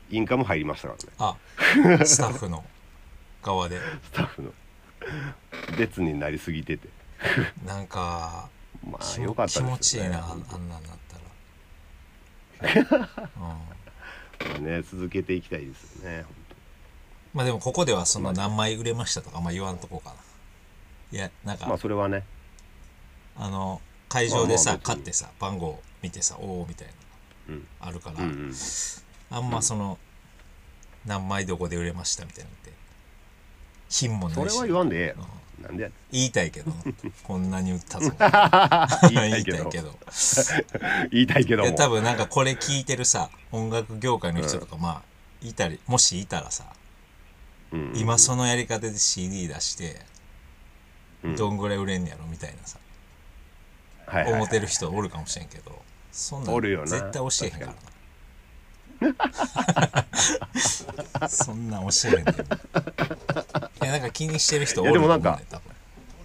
[SPEAKER 1] インカム入りましたからね
[SPEAKER 2] あスタッフの側で
[SPEAKER 1] スタッフの列になりすぎてて
[SPEAKER 2] なんか
[SPEAKER 1] まあ
[SPEAKER 2] 気
[SPEAKER 1] よかったです
[SPEAKER 2] 気
[SPEAKER 1] よね
[SPEAKER 2] 持ちいいなあんあんなんなったら、うん、
[SPEAKER 1] まあね続けていきたいですよね
[SPEAKER 2] まあでもここではその何枚売れましたとかあんま言わんとこうかないやなんか、
[SPEAKER 1] まあそれはね
[SPEAKER 2] あの会場で
[SPEAKER 1] まあ
[SPEAKER 2] さ
[SPEAKER 1] まあ別に
[SPEAKER 2] 買ってさ番号見てさおおみたいな
[SPEAKER 1] う
[SPEAKER 2] の
[SPEAKER 1] ん
[SPEAKER 2] あるから、
[SPEAKER 1] うんうん
[SPEAKER 2] あんまその何枚どこで売れましたみたいなのって品もな
[SPEAKER 1] そ
[SPEAKER 2] い
[SPEAKER 1] れ
[SPEAKER 2] し
[SPEAKER 1] は言わんでええや
[SPEAKER 2] うん
[SPEAKER 1] ろなんでや
[SPEAKER 2] 言いたいけどこんなに売ったぞ
[SPEAKER 1] *laughs* 言いたいけど言いたいけど
[SPEAKER 2] いや
[SPEAKER 1] も
[SPEAKER 2] 多分なんかこれ聞いてるさ音楽業界の人とかまあいたりもしいたらさ
[SPEAKER 1] うん
[SPEAKER 2] 今そのやり方で CD 出して
[SPEAKER 1] うん
[SPEAKER 2] どんぐらい売れんねやろみたいなさ
[SPEAKER 1] はいはい
[SPEAKER 2] 思ってる人おるかもしれんけどそんな
[SPEAKER 1] お
[SPEAKER 2] ん
[SPEAKER 1] るよな
[SPEAKER 2] 絶対教えへんからな *laughs* そんなん教えへんねんいやなんか気にしてる人おると思うね
[SPEAKER 1] いやでもなんか
[SPEAKER 2] 多分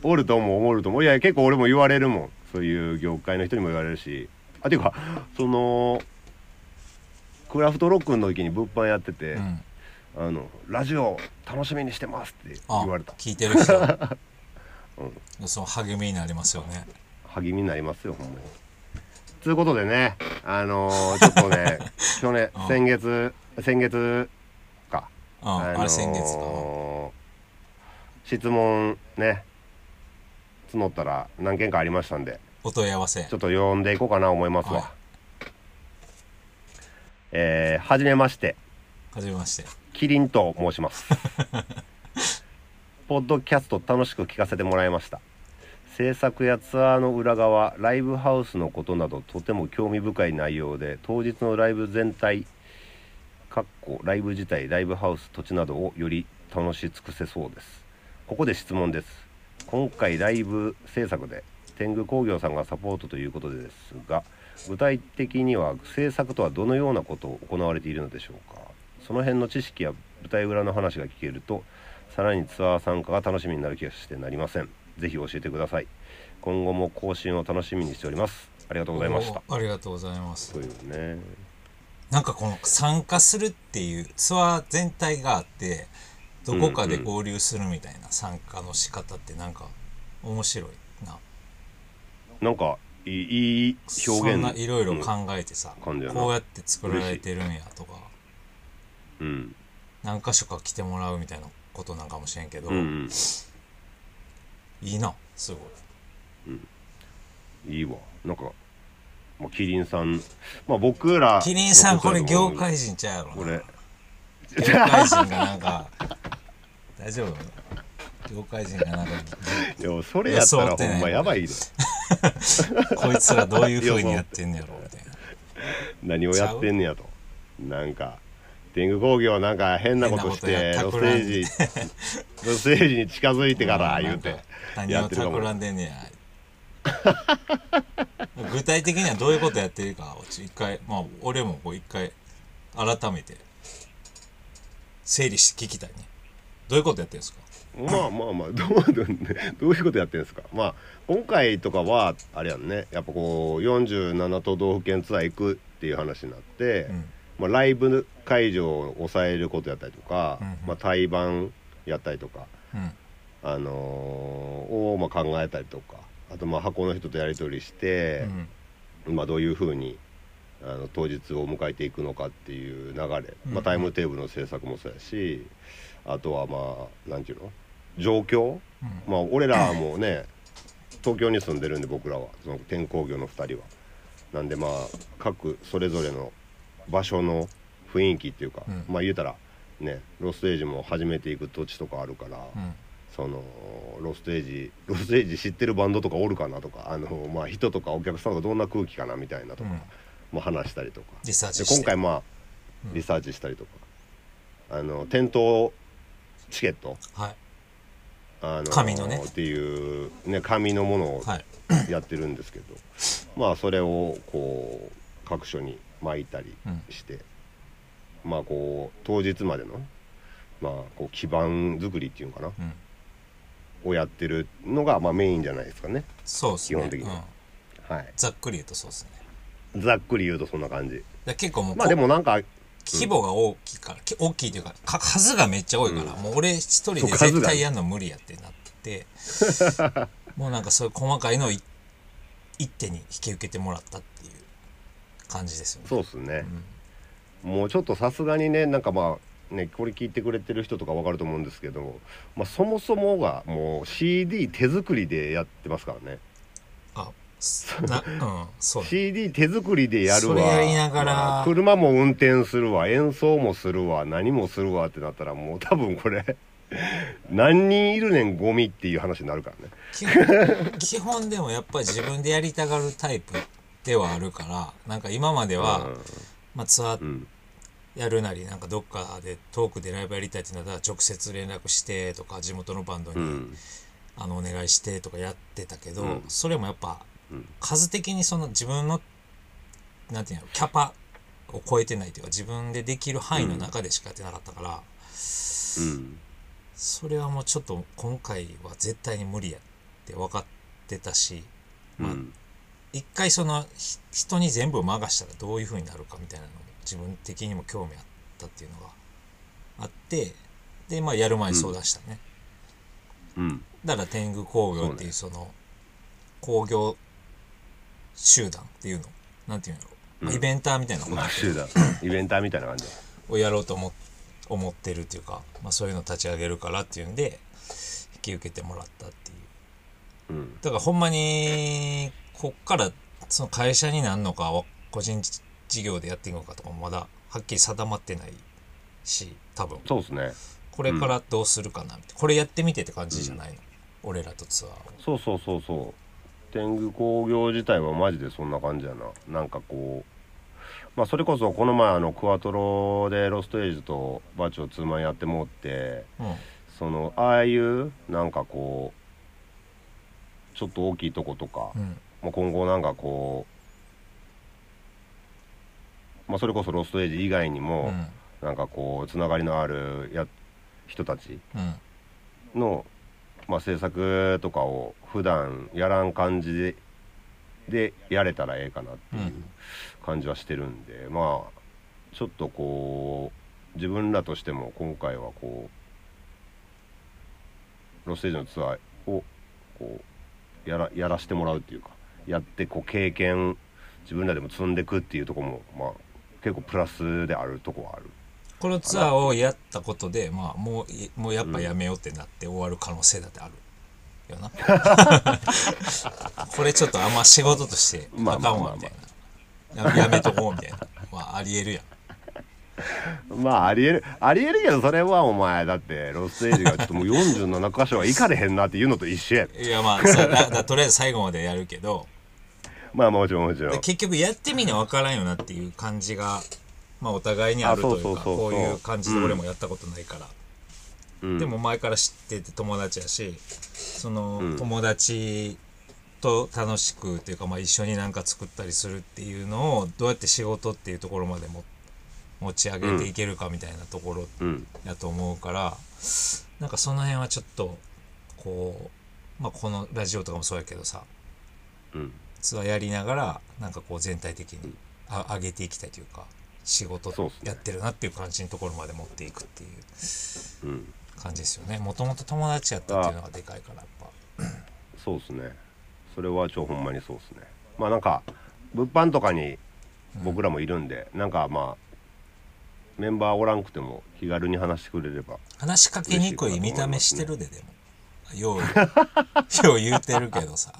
[SPEAKER 1] おると思う思ると思ういや結構俺も言われるもんそういう業界の人にも言われるしあていうかそのクラフトロックの時に物販やってて、
[SPEAKER 2] うん
[SPEAKER 1] あの「ラジオ楽しみにしてます」って
[SPEAKER 2] あ
[SPEAKER 1] 言われた
[SPEAKER 2] 聞いてる
[SPEAKER 1] *laughs*
[SPEAKER 2] 人、その励みになりますよね
[SPEAKER 1] 励みになりますよほんまに。ということでねあの
[SPEAKER 2] *laughs*
[SPEAKER 1] ーちょっとね去年
[SPEAKER 2] うん
[SPEAKER 1] 先月先月か
[SPEAKER 2] うんあ,、
[SPEAKER 1] のー
[SPEAKER 2] れ先月か
[SPEAKER 1] 質問ね募ったら何件かありましたんで
[SPEAKER 2] お問い合わ
[SPEAKER 1] ち
[SPEAKER 2] せ
[SPEAKER 1] ょっと読んでいこうかな思いますわ。
[SPEAKER 2] はい
[SPEAKER 1] えーはじめまして、
[SPEAKER 2] はじめまして
[SPEAKER 1] キリンと申します。ポッドキャスト楽しく聞かせてもらいました。制作やツアーの裏側、ライブハウスのことなどとても興味深い内容で、当日のライブ全体、かっこライブ自体、ライブハウス、土地などをより楽し尽くせそうです。ここで質問です。今回ライブ制作で天狗工業さんがサポートということですが、具体的には制作とはどのようなことを行われているのでしょうか。その辺の知識や舞台裏の話が聞けると、さらにツアー参加が楽しみになる気がしてなりません。ぜひ教えてください。今後も更新を楽しみにしております。ありがとうございました。
[SPEAKER 2] おありがとうございます
[SPEAKER 1] というね。
[SPEAKER 2] なんかこの参加するっていうツアー全体があってどこかで合流するみたいな参加の仕方ってなんか面白いな、
[SPEAKER 1] なんかいいいい表
[SPEAKER 2] そ
[SPEAKER 1] 現
[SPEAKER 2] んないろいろ考えてさ、
[SPEAKER 1] 感じやな
[SPEAKER 2] こうやって作られてるんやとか
[SPEAKER 1] うん
[SPEAKER 2] 何箇所か来てもらうみたいなことなんかもしれんけど、
[SPEAKER 1] うんうん
[SPEAKER 2] いいなすごい
[SPEAKER 1] いいわなんか、まあ、キリンさんまあ僕ら
[SPEAKER 2] キリンさんこれ業
[SPEAKER 1] の
[SPEAKER 2] 界人ちゃうやろな
[SPEAKER 1] ことやと思う
[SPEAKER 2] 業界人がなんか大丈夫業界人がなんか
[SPEAKER 1] けど俺いやそれやったらほんまやばいで
[SPEAKER 2] こいつらどういうふうにやってんねやろみたいな
[SPEAKER 1] 何をやってんねやとなんか天狗工業なんか変なことして
[SPEAKER 2] 変な
[SPEAKER 1] ロ
[SPEAKER 2] こ
[SPEAKER 1] ス
[SPEAKER 2] とや
[SPEAKER 1] テ
[SPEAKER 2] 企んで
[SPEAKER 1] ージロステージに近づいてから言う
[SPEAKER 2] な
[SPEAKER 1] て
[SPEAKER 2] んか何
[SPEAKER 1] や
[SPEAKER 2] を
[SPEAKER 1] ってるかも
[SPEAKER 2] 企んでんねや *laughs* 具体的にはどういうことやってるかをちょ一回まあ俺もこう一回改めて整理して聞きたいねどういうことやってるんですか
[SPEAKER 1] まあまあまあどう *laughs* どうどういうことやってるんですかまあ今回とかはあれやんねやっぱこう47都道府県ツアー行くっていう話になって、
[SPEAKER 2] うん
[SPEAKER 1] まあ、ライブ会場を抑えることやったりとか、
[SPEAKER 2] うんうん
[SPEAKER 1] まあ、対バンやったりとか、
[SPEAKER 2] うん
[SPEAKER 1] あのーをまあ考えたりとかあとまあ箱の人とやり取りして、まあ、どういうふうにあの当日を迎えていくのかっていう流れ、
[SPEAKER 2] うんう
[SPEAKER 1] ま
[SPEAKER 2] ん
[SPEAKER 1] あ、タイムテーブルの制作もそうやしあとはまあなんていうの状況、まあ、俺らもね東京に住んでるんで僕らはその天工業の2人は。なんでまあ各それぞれの場所の雰囲気っていうか、
[SPEAKER 2] うん
[SPEAKER 1] まあ言うたらねロステージも始めていく土地とかあるから。
[SPEAKER 2] うんうん
[SPEAKER 1] そのロステージロステージ知ってるバンドとかおるかなとかあの、まあ、人とかお客さんがどんな空気かなみたいなと
[SPEAKER 2] う
[SPEAKER 1] か、
[SPEAKER 2] ん
[SPEAKER 1] まあ、話したりとか
[SPEAKER 2] リサー
[SPEAKER 1] で
[SPEAKER 2] チして
[SPEAKER 1] 今回まあ
[SPEAKER 2] うん
[SPEAKER 1] リサーチしたりとか、あの店頭チケット
[SPEAKER 2] はい
[SPEAKER 1] あの
[SPEAKER 2] 紙のね
[SPEAKER 1] っていう、ね、紙のものを
[SPEAKER 2] はい
[SPEAKER 1] *coughs* やってるんですけど、まあそれをこう各所に巻いたりして、まあこう当日までの、まあ、こう基盤作りっていうのかな、
[SPEAKER 2] うん
[SPEAKER 1] をやってるのがまあメインじゃないですかね
[SPEAKER 2] そうっすね
[SPEAKER 1] 基本的に
[SPEAKER 2] うん
[SPEAKER 1] はい
[SPEAKER 2] ざっくり言うとそうっすね
[SPEAKER 1] ざっくり言うとそんな感じ
[SPEAKER 2] だから結構もう
[SPEAKER 1] まあでもなんか
[SPEAKER 2] 規模が大きからき大きいというかか数がめっちゃ多いから、もう俺一人で
[SPEAKER 1] そう数が
[SPEAKER 2] 絶対やんの無理やってな
[SPEAKER 1] *laughs*
[SPEAKER 2] っててもうなんかそういう細かいのをい一手に引き受けてもらったっていう感じですよね。
[SPEAKER 1] そうですね、もうちょっとさすがにねなんかまあねこれ聞いてくれてる人とかわかると思うんですけど、まあ、そもそもがもう CD 手作りでやってますからね
[SPEAKER 2] あすなうんそうね
[SPEAKER 1] CD 手作りでやるわ
[SPEAKER 2] それやりながら
[SPEAKER 1] まあ車も運転するわ演奏もするわ何もするわってなったらもう多分これ *laughs* 何人いるねんゴミっていう話になるからね *laughs*
[SPEAKER 2] 基本基本でもやっぱり自分でやりたがるタイプではあるからなんか今までは、まあ、ツア
[SPEAKER 1] う
[SPEAKER 2] ー
[SPEAKER 1] ん
[SPEAKER 2] やるなりなんかどっかでトークでライブやりたいってなったら直接連絡してとか地元のバンドに、
[SPEAKER 1] うん
[SPEAKER 2] あのお願いしてとかやってたけど、
[SPEAKER 1] うん
[SPEAKER 2] それもやっぱ
[SPEAKER 1] うん
[SPEAKER 2] 数的にその自分のなんていうのキャパを超えてないというか自分でできる範囲の中でしかやってなかったから、
[SPEAKER 1] うん
[SPEAKER 2] それはもうちょっと今回は絶対に無理やって分かってたし。
[SPEAKER 1] うん
[SPEAKER 2] 一回そのひ人に全部を任したらどういう風になるかみたいなのも自分的にも興味あったっていうのがあってでまあやる前に相談したね、
[SPEAKER 1] うん
[SPEAKER 2] だから天狗工業っていうその工業集団っていうのなんていうんだろう、イベンターみたいなこと
[SPEAKER 1] まあ集団イベンターみたいな感じ
[SPEAKER 2] をやろうと思思ってるっていうか、まあ、そういうの立ち上げるからっていうんで引き受けてもらったっていう
[SPEAKER 1] うん
[SPEAKER 2] だからほんまにこっからその会社になるのかは個人事業でやっていくのかとかもまだはっきり定まってないし多分
[SPEAKER 1] そうですね
[SPEAKER 2] これからどうするかなみたいなこれやってみてって感じじゃないの、俺らとツアーを
[SPEAKER 1] そうそうそうそう天狗工業自体はマジでそんな感じやななんかこうまあそれこそこの前あのクワトロでロストエイジとバチをツーマンやってもうって
[SPEAKER 2] うん
[SPEAKER 1] そのああいうなんかこうちょっと大きいとことか、
[SPEAKER 2] うん
[SPEAKER 1] まあ、今後なんかこう、まあ、それこそロストエイジ以外に
[SPEAKER 2] う
[SPEAKER 1] も
[SPEAKER 2] ん
[SPEAKER 1] なんかこうつながりのあるや人たち
[SPEAKER 2] うん
[SPEAKER 1] の、まあ、制作とかを普段やらん感じででやれたらええかなっていう
[SPEAKER 2] うん
[SPEAKER 1] 感じはしてるんで、まあちょっとこう自分らとしても今回はこうロステージのツアーをこうやらやらしてもらうっていうかやってこう経験自分らでも積んでくっていうところも、まあ、結構プラスであるとこはある。
[SPEAKER 2] このツアーをやったことでまあもういもうやっぱやめようってなって終わる可能性だってあるよなこれちょっとあんま仕事としてあかんわみたいなややめとこうみたいなまあありえるやん
[SPEAKER 1] まあありえるありえるけどそれはお前だってロスエイジがちょっともう47箇所は行かれへんなっていうのと一緒や
[SPEAKER 2] いやまあさだだとりあえず最後までやるけど
[SPEAKER 1] まあもちろんもちろ
[SPEAKER 2] で
[SPEAKER 1] ん
[SPEAKER 2] 結局やってみな分からんよなっていう感じが、まあ、お互いにあるというか
[SPEAKER 1] あそうそうそうそう
[SPEAKER 2] こういう感じで俺もやったことないから、
[SPEAKER 1] うん
[SPEAKER 2] でも前から知ってて友達やしその、
[SPEAKER 1] うん
[SPEAKER 2] 友達と楽しくというか、まあ、一緒になんか作ったりするっていうのをどうやって仕事っていうところまでも持ち上げていけるかみたいなところ
[SPEAKER 1] うん
[SPEAKER 2] やと思うからなんかその辺はちょっとこう、まあ、このラジオとかもそうやけどさ
[SPEAKER 1] うん
[SPEAKER 2] ツアーやりながらなんかこう全体的にあ上げていきたいというか仕事
[SPEAKER 1] そうっすね
[SPEAKER 2] やってるなっていう感じのところまで持っていくっていう
[SPEAKER 1] うん
[SPEAKER 2] 感じですよねもともと友達やったっていうのがでかいからやっぱ
[SPEAKER 1] そうっすねそれはちょほんまにそうっすねまあなんか物販とかに僕らもいるんで、なんかまあメンバーおらんくても気軽に話してくれれば
[SPEAKER 2] 話しかけにくい見た目してるででもよう
[SPEAKER 1] *laughs*
[SPEAKER 2] よう言うてるけどさ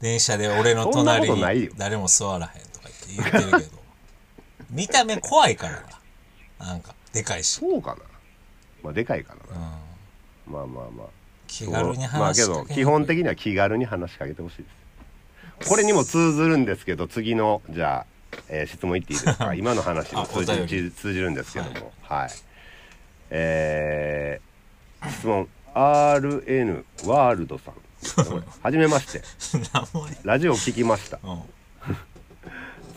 [SPEAKER 2] 電車で俺の隣
[SPEAKER 1] そんなことない
[SPEAKER 2] に
[SPEAKER 1] よ
[SPEAKER 2] 誰も座らへんとか言って言ってるけど見た目怖いからななんかでかいし、
[SPEAKER 1] そうかなまあでかいから
[SPEAKER 2] う
[SPEAKER 1] な、
[SPEAKER 2] ん、
[SPEAKER 1] まあまあまあ
[SPEAKER 2] 気軽に
[SPEAKER 1] まあ
[SPEAKER 2] 話
[SPEAKER 1] け
[SPEAKER 2] しかけ
[SPEAKER 1] ど
[SPEAKER 2] にくい
[SPEAKER 1] 基本的には気軽に話しかけてほしいですこれにも通ずるんですけど次のじゃあ、えー質問いっていいですか今の話
[SPEAKER 2] あ
[SPEAKER 1] も通じ
[SPEAKER 2] お便
[SPEAKER 1] 通
[SPEAKER 2] り
[SPEAKER 1] 通じるんですけどもはい、えー質問 RN ワールドさんはじめま
[SPEAKER 2] *laughs*
[SPEAKER 1] して
[SPEAKER 2] 名前
[SPEAKER 1] ラジオ聞きました
[SPEAKER 2] うん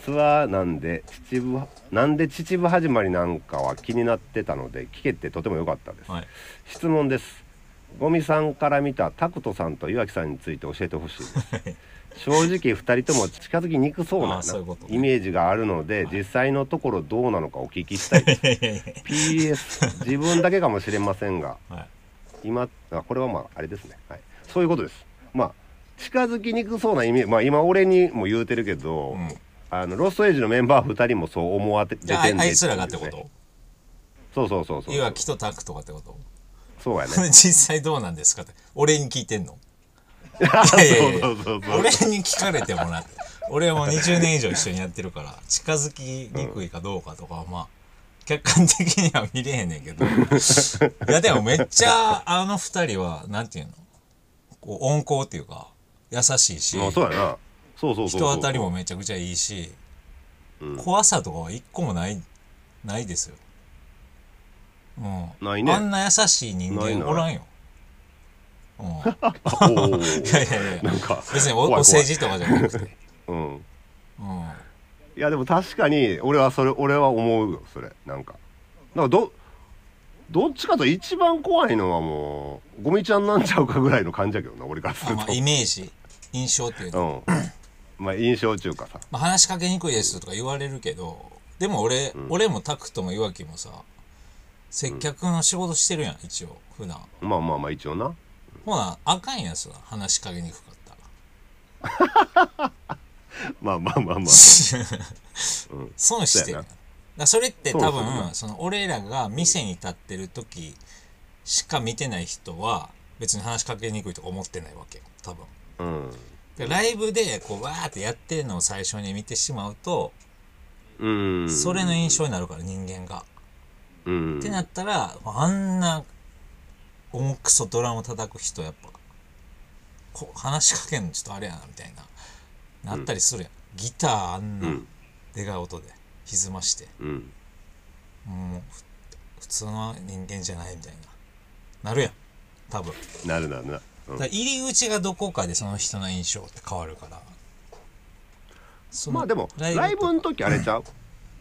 [SPEAKER 1] ツアーなんで秩父なんで秩父始まりなんかは気になってたので聞けてとても良かったです、
[SPEAKER 2] はい
[SPEAKER 1] 質問ですゴミさんから見たタクトさんと岩城さんについて教えてほしいです正直2人とも近づきにくそうな
[SPEAKER 2] あーそういうことね
[SPEAKER 1] イメージがあるので、実際のところどうなのかお聞き
[SPEAKER 2] *laughs*
[SPEAKER 1] したいです PS 自分だけかもしれませんが
[SPEAKER 2] はい
[SPEAKER 1] 今あこれはまああれですね、はい、そういうことですまあ近づきにくそうなイメージまあ今俺にも言うてるけど、
[SPEAKER 2] うん
[SPEAKER 1] あのロストエイジのメンバー2人もそう思わて
[SPEAKER 2] じゃああ
[SPEAKER 1] 出てん
[SPEAKER 2] い
[SPEAKER 1] ね
[SPEAKER 2] あ
[SPEAKER 1] ん
[SPEAKER 2] いつらがってこ
[SPEAKER 1] いうね
[SPEAKER 2] と
[SPEAKER 1] そうそうそうそう
[SPEAKER 2] いわきとタクとかってこと
[SPEAKER 1] そうやね
[SPEAKER 2] 実際どうなんですかって俺に聞いてんの
[SPEAKER 1] そう
[SPEAKER 2] いやいやいや
[SPEAKER 1] そうそうそう
[SPEAKER 2] 俺に聞かれてもな俺も20年以上一緒にやってるから近づきにくいかどうかとかはまあ客観的には見れへんねんけどいやでもめっちゃあの二人はなんていうのこう温厚っていうか優しいし
[SPEAKER 1] もうそうやなそうそうそうそう
[SPEAKER 2] 人当たりもめちゃくちゃいいし、
[SPEAKER 1] うん
[SPEAKER 2] 怖さとかは一個もないないですよ、うん、
[SPEAKER 1] ないね
[SPEAKER 2] あんな優しい人
[SPEAKER 1] ないな
[SPEAKER 2] 間
[SPEAKER 1] い
[SPEAKER 2] おらんよ
[SPEAKER 1] *laughs*
[SPEAKER 2] うん、い
[SPEAKER 1] あおお
[SPEAKER 2] やいやい
[SPEAKER 1] *laughs*
[SPEAKER 2] や
[SPEAKER 1] なんか
[SPEAKER 2] 別にお
[SPEAKER 1] 怖い怖い
[SPEAKER 2] お世辞とかじゃな
[SPEAKER 1] *laughs*
[SPEAKER 2] くて、
[SPEAKER 1] うん
[SPEAKER 2] うん、
[SPEAKER 1] いやでも確かに俺はそれ俺は思うよそれなんかなんかどどっちかと一番怖いのはもうゴミちゃんなんちゃうかぐらいの感じやけどな俺からす
[SPEAKER 2] あ
[SPEAKER 1] る
[SPEAKER 2] まあ、イメージ印象っていうの、
[SPEAKER 1] とうんまあ印象中かさ
[SPEAKER 2] まあ、話しかけにくいですとか言われるけどでも俺、俺もタクトもいわきもさ接客の仕事してるやん一応普段
[SPEAKER 1] まあまあまあ一応な
[SPEAKER 2] ほなあかんやつな話しかけにくかったら
[SPEAKER 1] まあまあまあまあ
[SPEAKER 2] 損してる
[SPEAKER 1] そうやな
[SPEAKER 2] だからそれって多
[SPEAKER 1] そうそうそ
[SPEAKER 2] 分その俺らが店に立ってる時しか見てない人は別に話しかけにくいとか思ってないわけよ多分
[SPEAKER 1] うん
[SPEAKER 2] でライブでこうわーってやってるのを最初に見てしまうと
[SPEAKER 1] うん
[SPEAKER 2] それの印象になるから人間が
[SPEAKER 1] うん
[SPEAKER 2] ってなったらあんな重くそドラム叩く人やっぱこう話しかけんのちょっとあれやなみたいななったりするやん、ギターあんな
[SPEAKER 1] うん
[SPEAKER 2] でかい音で歪まして
[SPEAKER 1] うん
[SPEAKER 2] もうふ普通の人間じゃないみたいななるやん多分
[SPEAKER 1] なるなるな
[SPEAKER 2] だから入り口がどこかでその人の印象って変わるからそ
[SPEAKER 1] うん
[SPEAKER 2] の
[SPEAKER 1] まあでも
[SPEAKER 2] ライブ
[SPEAKER 1] ライブの時あれちゃう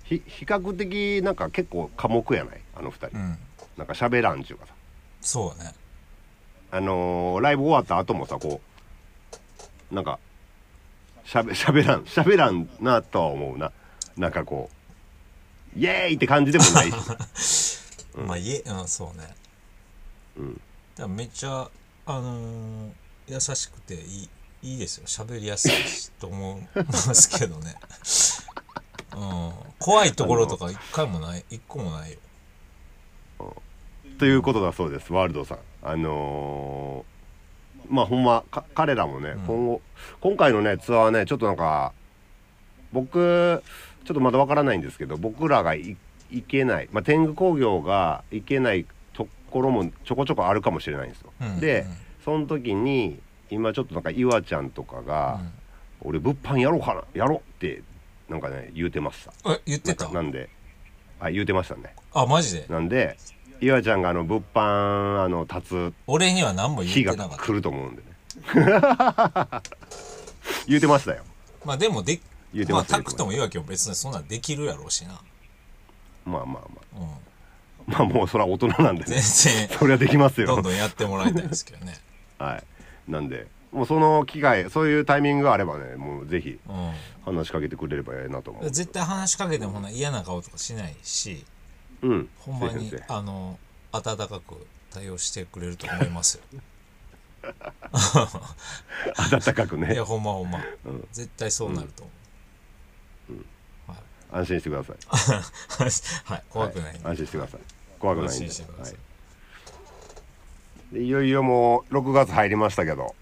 [SPEAKER 1] ひ比較的なんか結構寡黙やないあの二人
[SPEAKER 2] うん
[SPEAKER 1] なんか喋らんちゅうかさ
[SPEAKER 2] そうね
[SPEAKER 1] あのーライブ終わった後もさこうなんかしゃべしゃべらんしゃべらんなとは思うななんかこうイエーイって感じでもないし
[SPEAKER 2] まあ家うんそうねうんめっちゃあのー優しくていいいいですよ喋りやすいしと思うんですけどね *laughs* うん怖いところとか一回もない一個もないよ
[SPEAKER 1] ということだそうですワールドさんあのーまあほんまか彼らもね、今後今回のねツアーはねちょっとなんか僕ちょっとまだわからないんですけど僕らがい行けない、まあ、天狗工業が行けないところもちょこちょこあるかもしれないんですよ。
[SPEAKER 2] うん
[SPEAKER 1] で、
[SPEAKER 2] うん
[SPEAKER 1] その時に今ちょっとなんか岩ちゃんとかが「
[SPEAKER 2] うん
[SPEAKER 1] 俺物販やろうかなやろう」ってなんかね言うてました
[SPEAKER 2] え言ってた
[SPEAKER 1] なんかなんであ言うてましたね
[SPEAKER 2] あマジで
[SPEAKER 1] なんで岩ちゃんがあの物販あの立
[SPEAKER 2] 俺には何も
[SPEAKER 1] つ
[SPEAKER 2] 言っ
[SPEAKER 1] 日
[SPEAKER 2] て
[SPEAKER 1] が
[SPEAKER 2] なかった
[SPEAKER 1] 来ると思うんでね *laughs* 言うてましたよ
[SPEAKER 2] まあでもで
[SPEAKER 1] 言うて
[SPEAKER 2] ま
[SPEAKER 1] ま
[SPEAKER 2] あ
[SPEAKER 1] した
[SPEAKER 2] タクトも言うわけよ別にそんなんできるやろうしな
[SPEAKER 1] まあまあま
[SPEAKER 2] うん
[SPEAKER 1] あまあもうそれは大人なんで
[SPEAKER 2] 全
[SPEAKER 1] ね
[SPEAKER 2] 然
[SPEAKER 1] それ *laughs* はできます
[SPEAKER 2] ど
[SPEAKER 1] よ
[SPEAKER 2] んどんやってもらいたいですけどね
[SPEAKER 1] はいなんでもうその機会そういうタイミングがあればね *laughs* もうぜひ
[SPEAKER 2] うん
[SPEAKER 1] 話しかけてくれればええなと思う
[SPEAKER 2] 絶対話しかけてもほんな嫌な顔とかしないし
[SPEAKER 1] うん
[SPEAKER 2] ほんま
[SPEAKER 1] *laughs*
[SPEAKER 2] に
[SPEAKER 1] ぜひぜひ
[SPEAKER 2] あの温かく対応してくれると思
[SPEAKER 1] *laughs*
[SPEAKER 2] いますよ
[SPEAKER 1] 温かくね
[SPEAKER 2] *laughs* いやほんまほんま、絶対そうなると思う、はい
[SPEAKER 1] 安心してください
[SPEAKER 2] *laughs* はい、怖くないんで、
[SPEAKER 1] 安心してください怖くないんで
[SPEAKER 2] 安心してください
[SPEAKER 1] はい、でいよいよもう6月入りましたけど、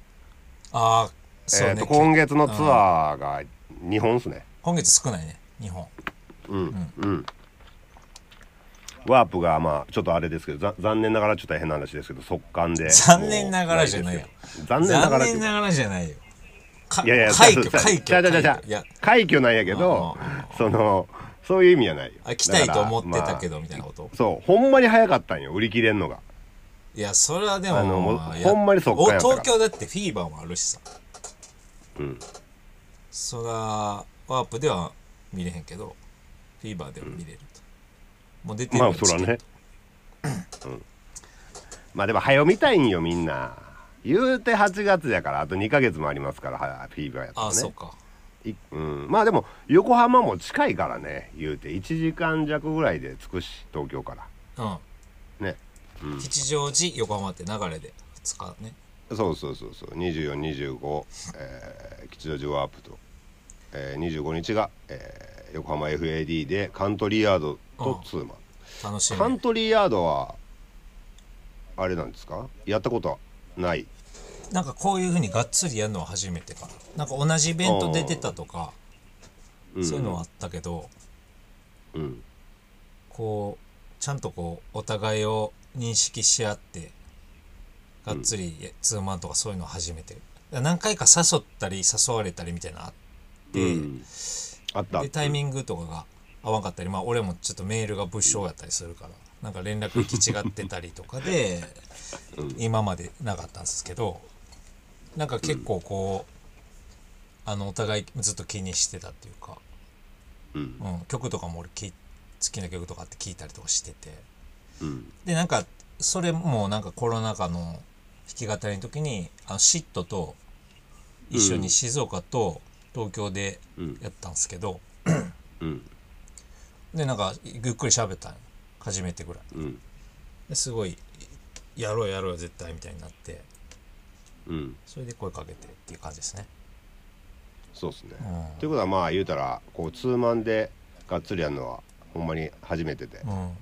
[SPEAKER 2] ああそう
[SPEAKER 1] え
[SPEAKER 2] ね、
[SPEAKER 1] ー、と
[SPEAKER 2] 今
[SPEAKER 1] 今月のツアーが2本ですね
[SPEAKER 2] 月少ないね日本
[SPEAKER 1] うんワープがまあちょっとあれですけどざ残念ながらちょっと変な話ですけど速乾で
[SPEAKER 2] 残念ながらじゃないよ
[SPEAKER 1] もう残念なが
[SPEAKER 2] 残
[SPEAKER 1] らってい
[SPEAKER 2] 念
[SPEAKER 1] う
[SPEAKER 2] な
[SPEAKER 1] か
[SPEAKER 2] がらじゃないよか
[SPEAKER 1] いやいや
[SPEAKER 2] 快挙快
[SPEAKER 1] じゃ
[SPEAKER 2] 挙
[SPEAKER 1] じゃじゃ
[SPEAKER 2] 快挙いや
[SPEAKER 1] 快挙なんやけどそのそういう意味じゃないよ
[SPEAKER 2] あ来たいと思って
[SPEAKER 1] だから
[SPEAKER 2] た
[SPEAKER 1] まあ
[SPEAKER 2] けどみたいなこと、
[SPEAKER 1] そうほんまに早かったんよ売り切れんのが
[SPEAKER 2] いやそれはでも
[SPEAKER 1] あのもう
[SPEAKER 2] まあ
[SPEAKER 1] ほんまに速乾や
[SPEAKER 2] お
[SPEAKER 1] から
[SPEAKER 2] 東京だってフィーバーもあるしさ
[SPEAKER 1] うん
[SPEAKER 2] そらワープでは見れへんけどフィーバーでは見れると、もう出てる
[SPEAKER 1] ま
[SPEAKER 2] よ
[SPEAKER 1] あそら
[SPEAKER 2] チケッ
[SPEAKER 1] ね
[SPEAKER 2] ト
[SPEAKER 1] まあでも早見たいんよみんな言うて8月やからあと2ヶ月もありますからはフィーバーやった
[SPEAKER 2] あ
[SPEAKER 1] ら
[SPEAKER 2] あ、
[SPEAKER 1] ね
[SPEAKER 2] そうか。
[SPEAKER 1] いうん、まあでも横浜も近いからね言うて1時間弱ぐらいで着くし東京から
[SPEAKER 2] うん。
[SPEAKER 1] ね。うん
[SPEAKER 2] 吉祥寺、横浜って流れで2日ね。
[SPEAKER 1] そうそうそうそう2425、えー吉祥寺ワープと、えー、25日が、えー横浜 FAD でカントリーヤードとツーマン
[SPEAKER 2] 楽し
[SPEAKER 1] カン
[SPEAKER 2] み。
[SPEAKER 1] トリーヤードはあれなんですかやったことはない
[SPEAKER 2] なんかこういうふうにがっつりやるのは初めてかな。なんか同じイベント出てたとか、
[SPEAKER 1] うん
[SPEAKER 2] そういうのはあったけど、
[SPEAKER 1] うん
[SPEAKER 2] こう、ちゃんとこう、お互いを認識し合って、がっつりツーマンとかそういうのは初めて。何回か誘ったり誘われたりみたいなのあって、
[SPEAKER 1] うんあった
[SPEAKER 2] でタイミングとかが合わんかったりまあ俺もちょっとメールが物証やったりするからなんか連絡行き違ってたりとかで
[SPEAKER 1] *laughs*
[SPEAKER 2] 今までなかったんですけどなんか結構こうあのお互いずっと気にしてたっていうか、
[SPEAKER 1] うん
[SPEAKER 2] うん、曲とかも俺き好きな曲とかって聞いたりとかしてて
[SPEAKER 1] うん
[SPEAKER 2] でなんかそれもなんかコロナ禍の弾き語りの時にあのシットと一緒に静岡と東京で
[SPEAKER 1] うん
[SPEAKER 2] やったんですけど、
[SPEAKER 1] うん
[SPEAKER 2] でなんかゆっくり喋ったんよ初めてぐらい
[SPEAKER 1] うん
[SPEAKER 2] ですごい「やろうやろうよ絶対」みたいになって
[SPEAKER 1] うん
[SPEAKER 2] それで声かけてっていう感じですね
[SPEAKER 1] そうですね、
[SPEAKER 2] うん
[SPEAKER 1] ということはまあ言うたらこうツーマンでがっつりやるのはほんまに初めてで、
[SPEAKER 2] うん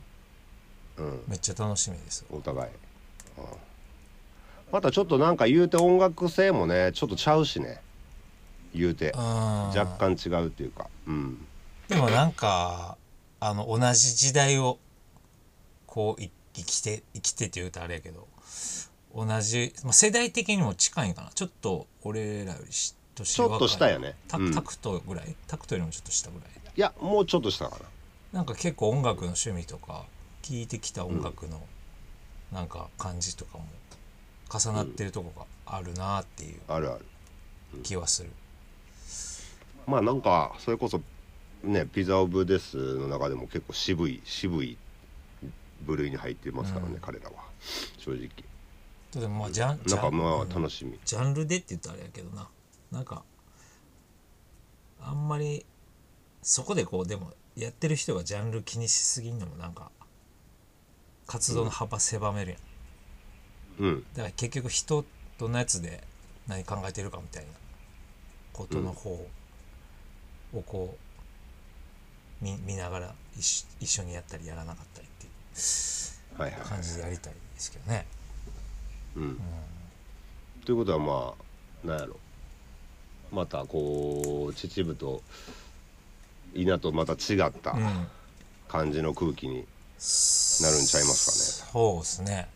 [SPEAKER 1] うん、
[SPEAKER 2] めっちゃ楽しみです
[SPEAKER 1] お互い、うんまたちょっとなんか言うて音楽性もねちょっとちゃうしね言うて
[SPEAKER 2] うん若
[SPEAKER 1] 若干違うっていうかうん
[SPEAKER 2] でもなんかあの同じ時代をこうい生きて生きてって言うとあれやけど同じ、まあ、世代的にも近いんかなちょっと俺らよりし年
[SPEAKER 1] ちょっと下やね
[SPEAKER 2] タ
[SPEAKER 1] うん
[SPEAKER 2] タクトぐらい、タクトよりもちょっと下ぐらい
[SPEAKER 1] いやもうちょっとしたかな
[SPEAKER 2] なんか結構音楽の趣味とか聴いてきた音楽のなんか感じとかも重なってるとこがあるなっていう
[SPEAKER 1] あるある
[SPEAKER 2] 気はする、
[SPEAKER 1] まあなんかそれこそね「ピザ・オブ・デス」の中でも結構渋い渋い部類に入ってますからね、彼らは正直
[SPEAKER 2] とでもまあジャンジ
[SPEAKER 1] なん
[SPEAKER 2] ャ
[SPEAKER 1] か
[SPEAKER 2] ン
[SPEAKER 1] まあ楽しみ、
[SPEAKER 2] ジャンルでって言ったらあれやけどななんかあんまりそこでこうでもやってる人がジャンル気にしすぎんのもなんか活動の幅狭めるやん、
[SPEAKER 1] うん
[SPEAKER 2] だから結局人どんなやつで何考えてるかみたいなことの方をこう見見ながら一緒一緒にやったりやらなかったりっていう
[SPEAKER 1] はいはい
[SPEAKER 2] 感じでやりたいですけどね
[SPEAKER 1] ということはまあなんやろまたこう秩父と稲とまた違った
[SPEAKER 2] うん
[SPEAKER 1] 感じの空気に
[SPEAKER 2] な
[SPEAKER 1] なるんちゃいます
[SPEAKER 2] かねそうですね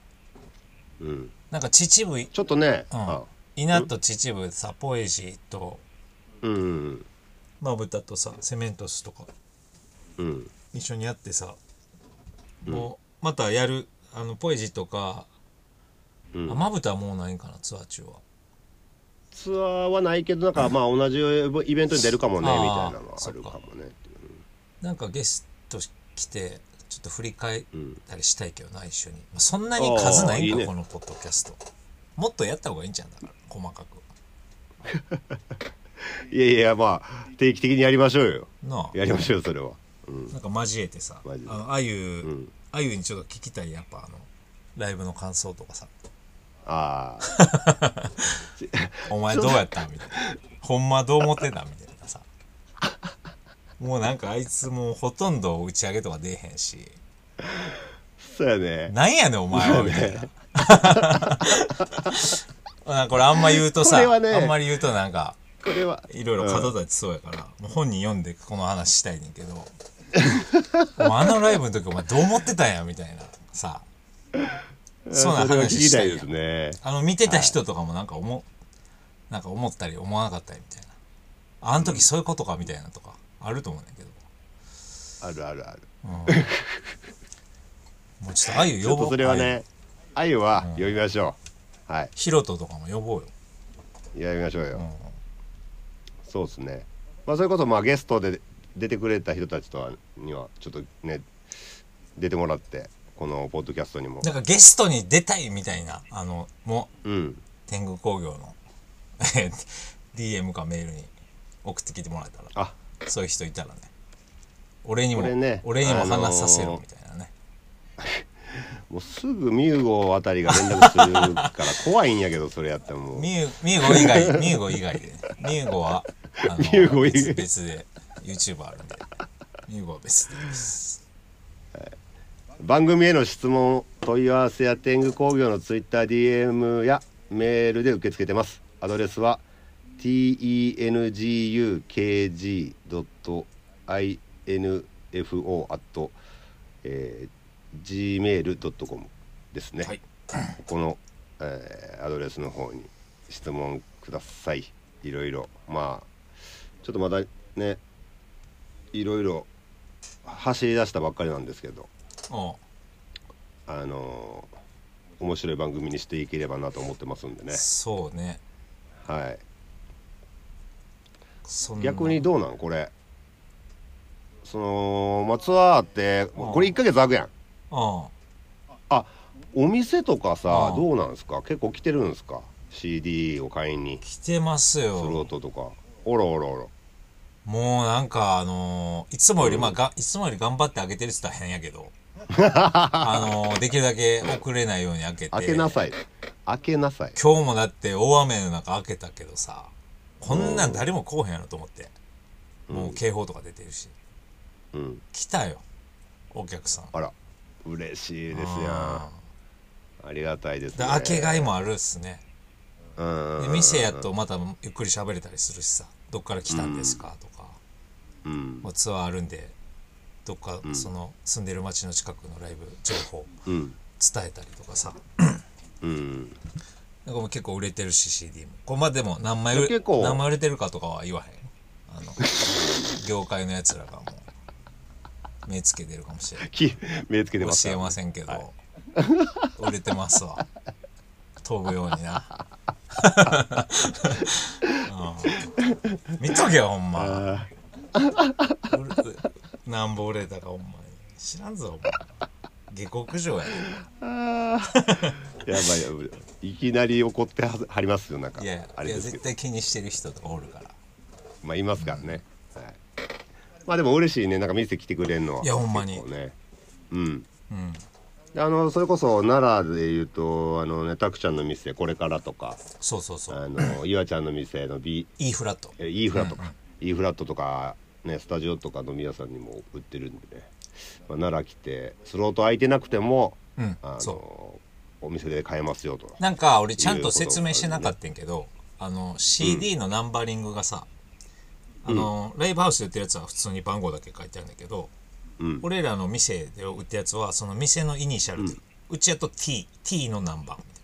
[SPEAKER 1] かね、うん、
[SPEAKER 2] なんか秩父
[SPEAKER 1] ちょっとね、
[SPEAKER 2] うん
[SPEAKER 1] あ
[SPEAKER 2] 稲と秩父さポエジーと
[SPEAKER 1] うんうん
[SPEAKER 2] まぶたとさセメントスとか
[SPEAKER 1] うん
[SPEAKER 2] 一緒にやってさ、もうまたやるあのポエジーとか、
[SPEAKER 1] うん
[SPEAKER 2] あまぶたはもうないんかなツアー中は
[SPEAKER 1] ツアーはないけどなんかまあ同じイベントに出るかもねみ
[SPEAKER 2] あ
[SPEAKER 1] た
[SPEAKER 2] ー
[SPEAKER 1] いなのはあるかもね
[SPEAKER 2] なんかゲスト来てちょっと振り返ったりしたいけどな、一緒に、まあ、そんなに数な
[SPEAKER 1] ああ
[SPEAKER 2] いんか
[SPEAKER 1] いいね
[SPEAKER 2] このポッドキャストもっとやった方がいいんじゃんだから細かく
[SPEAKER 1] いやいやまあ定期的にやりましょうよ
[SPEAKER 2] なあ
[SPEAKER 1] やりましょうそれは、うん、
[SPEAKER 2] なんか交えてさ
[SPEAKER 1] マジで
[SPEAKER 2] あのあゆ、
[SPEAKER 1] ん
[SPEAKER 2] あゆにちょっと聞きたいやっぱあのライブの感想とかさ
[SPEAKER 1] ああ
[SPEAKER 2] *laughs* お前どうやったみたいなほんまどう思ってたみたいなさもうなんかあいつもうほとんど打ち上げとか出えへんし
[SPEAKER 1] そうやね
[SPEAKER 2] なんやねんお前はみたいな。 *laughs* なんかこれあんま言うと
[SPEAKER 1] こ
[SPEAKER 2] さ、
[SPEAKER 1] れはね
[SPEAKER 2] あんまり言うとなんか
[SPEAKER 1] これはい
[SPEAKER 2] ろいろ角立ちそうやから、もう本人読んでこの話したいねんけどもうあのライブの時お前どう思ってたんやみたいなさそうなん
[SPEAKER 1] *laughs* それは聞
[SPEAKER 2] 話
[SPEAKER 1] き
[SPEAKER 2] したた
[SPEAKER 1] い
[SPEAKER 2] いや
[SPEAKER 1] で
[SPEAKER 2] ん
[SPEAKER 1] すね
[SPEAKER 2] あの見てた人とかもなんか思,、なんか思ったり思わなかったりみたいなあの時そういうことかみたいなとかあると思うんだけど、
[SPEAKER 1] あるあるある
[SPEAKER 2] もうちょっとあゆ
[SPEAKER 1] ちょ
[SPEAKER 2] 呼
[SPEAKER 1] っ
[SPEAKER 2] ぼ
[SPEAKER 1] と
[SPEAKER 2] う
[SPEAKER 1] それはねあゆは呼びましょう、はい
[SPEAKER 2] ヒロトとかも呼ぼうよ
[SPEAKER 1] やりましょうよ、そうですねまあそれこそまあゲストで出てくれた人たちとはにはちょっとね出てもらってこのポッドキャストにも
[SPEAKER 2] なんかゲストに出たいみたいなあのも
[SPEAKER 1] うん
[SPEAKER 2] う天狗工業の *laughs* えー DM かメールに送ってきてもらえたら
[SPEAKER 1] あ
[SPEAKER 2] そういう人いたらね俺にも、
[SPEAKER 1] これね
[SPEAKER 2] 俺にも
[SPEAKER 1] あのー
[SPEAKER 2] 話させろみたいなね、
[SPEAKER 1] もうすぐミューゴあたりが連絡するから怖いんやけどそれやったらもう
[SPEAKER 2] ミュミューゴ以外ミューゴ以外でねミューゴはあの
[SPEAKER 1] ミューゴ以外
[SPEAKER 2] 別別で YouTuber あるんでミューゴは別でいいです
[SPEAKER 1] 番組への質問問い合わせや天狗工業の TwitterDM やメールで受け付けてますアドレスは tengukg.info gmail.com ですね、
[SPEAKER 2] はい
[SPEAKER 1] ここの、えーアドレスの方に質問くださいいろいろまあちょっとまだねいろいろ走り出したばっかりなんですけど
[SPEAKER 2] おう
[SPEAKER 1] あのー面白い番組にしていければなと思ってますんでね、
[SPEAKER 2] そうね
[SPEAKER 1] はい、
[SPEAKER 2] そんな
[SPEAKER 1] 逆にどうなんこれその松はって
[SPEAKER 2] うん
[SPEAKER 1] これ1ヶ月空くやん
[SPEAKER 2] うん
[SPEAKER 1] お店とかさ
[SPEAKER 2] うん
[SPEAKER 1] どうなんですか結構来てるんですか CD を買いに
[SPEAKER 2] 来てま
[SPEAKER 1] ス
[SPEAKER 2] す
[SPEAKER 1] ロー
[SPEAKER 2] よ
[SPEAKER 1] トとかおろおろおろ
[SPEAKER 2] もうなんかあのーいつもよりまあがいつもより頑張って開けてるって言ったら変や
[SPEAKER 1] *laughs*
[SPEAKER 2] けどあのーできるだけ遅れないように開けて
[SPEAKER 1] 開けなさい開けなさい
[SPEAKER 2] 今日もだって大雨の中開けたけどさこんなん誰も来おへんやろと思って、もう警報とか出てるし
[SPEAKER 1] うん
[SPEAKER 2] 来たよお客さん
[SPEAKER 1] あら嬉しいですやん
[SPEAKER 2] あ
[SPEAKER 1] ありがたいです
[SPEAKER 2] ーで
[SPEAKER 1] ね
[SPEAKER 2] 明けがいもあるっすね
[SPEAKER 1] うん
[SPEAKER 2] で店やとまたゆっくり喋れたりするしさどっから来たんですかとか、
[SPEAKER 1] うん
[SPEAKER 2] もうツアーあるんでどっかその住んでる町の近くのライブ情報
[SPEAKER 1] うん
[SPEAKER 2] 伝えたりとかさ
[SPEAKER 1] うん
[SPEAKER 2] なんかもう結構売れてるし CD もここまでも何枚売れ
[SPEAKER 1] 結構
[SPEAKER 2] 何枚売れてるかとかは言わへ
[SPEAKER 1] *laughs*
[SPEAKER 2] んあの業界のやつらがもう目つけてるかもしれない
[SPEAKER 1] き目つけて
[SPEAKER 2] 教
[SPEAKER 1] ます
[SPEAKER 2] えませんけど、売れてますわ飛ぶようにな、うん見とけよほんま
[SPEAKER 1] あ
[SPEAKER 2] 売れなんぼ売れたかほんまに知らんぞお前下克上やで
[SPEAKER 1] ーやばいやばいいきなり怒ってははりますよなんか
[SPEAKER 2] いやいや
[SPEAKER 1] あ
[SPEAKER 2] い
[SPEAKER 1] れ
[SPEAKER 2] や
[SPEAKER 1] ですけ
[SPEAKER 2] 絶
[SPEAKER 1] ど
[SPEAKER 2] 対気にしてる人とかおるから
[SPEAKER 1] まあいますからね、はい、まあでも嬉しいねなんか店来てくれるのはい
[SPEAKER 2] やほんまに
[SPEAKER 1] 結構ねうん
[SPEAKER 2] うん
[SPEAKER 1] あのそれこそ奈良でいうとあのねたくちゃんの店これからとか
[SPEAKER 2] そうそうそう
[SPEAKER 1] あ
[SPEAKER 2] *laughs*
[SPEAKER 1] のいわちゃんの店の B
[SPEAKER 2] E フラット
[SPEAKER 1] え E フラットか、E フラットとかねスタジオとか飲み屋さんにも売ってるんでね、まあ、奈良来てスロート空いてなくても
[SPEAKER 2] うん
[SPEAKER 1] あ
[SPEAKER 2] そ
[SPEAKER 1] のお店で買えますよと
[SPEAKER 2] うなんか俺ちゃんと説明してなかったんやけどあの CD のナンバリングがさ、あのライブハウスで売ってるやつは普通に番号だけ書いてあるんだけ
[SPEAKER 1] う
[SPEAKER 2] ど、
[SPEAKER 1] ん
[SPEAKER 2] 俺らの店で売ったやつはその店のイニシャルで、うちやと TT のナンバーみたい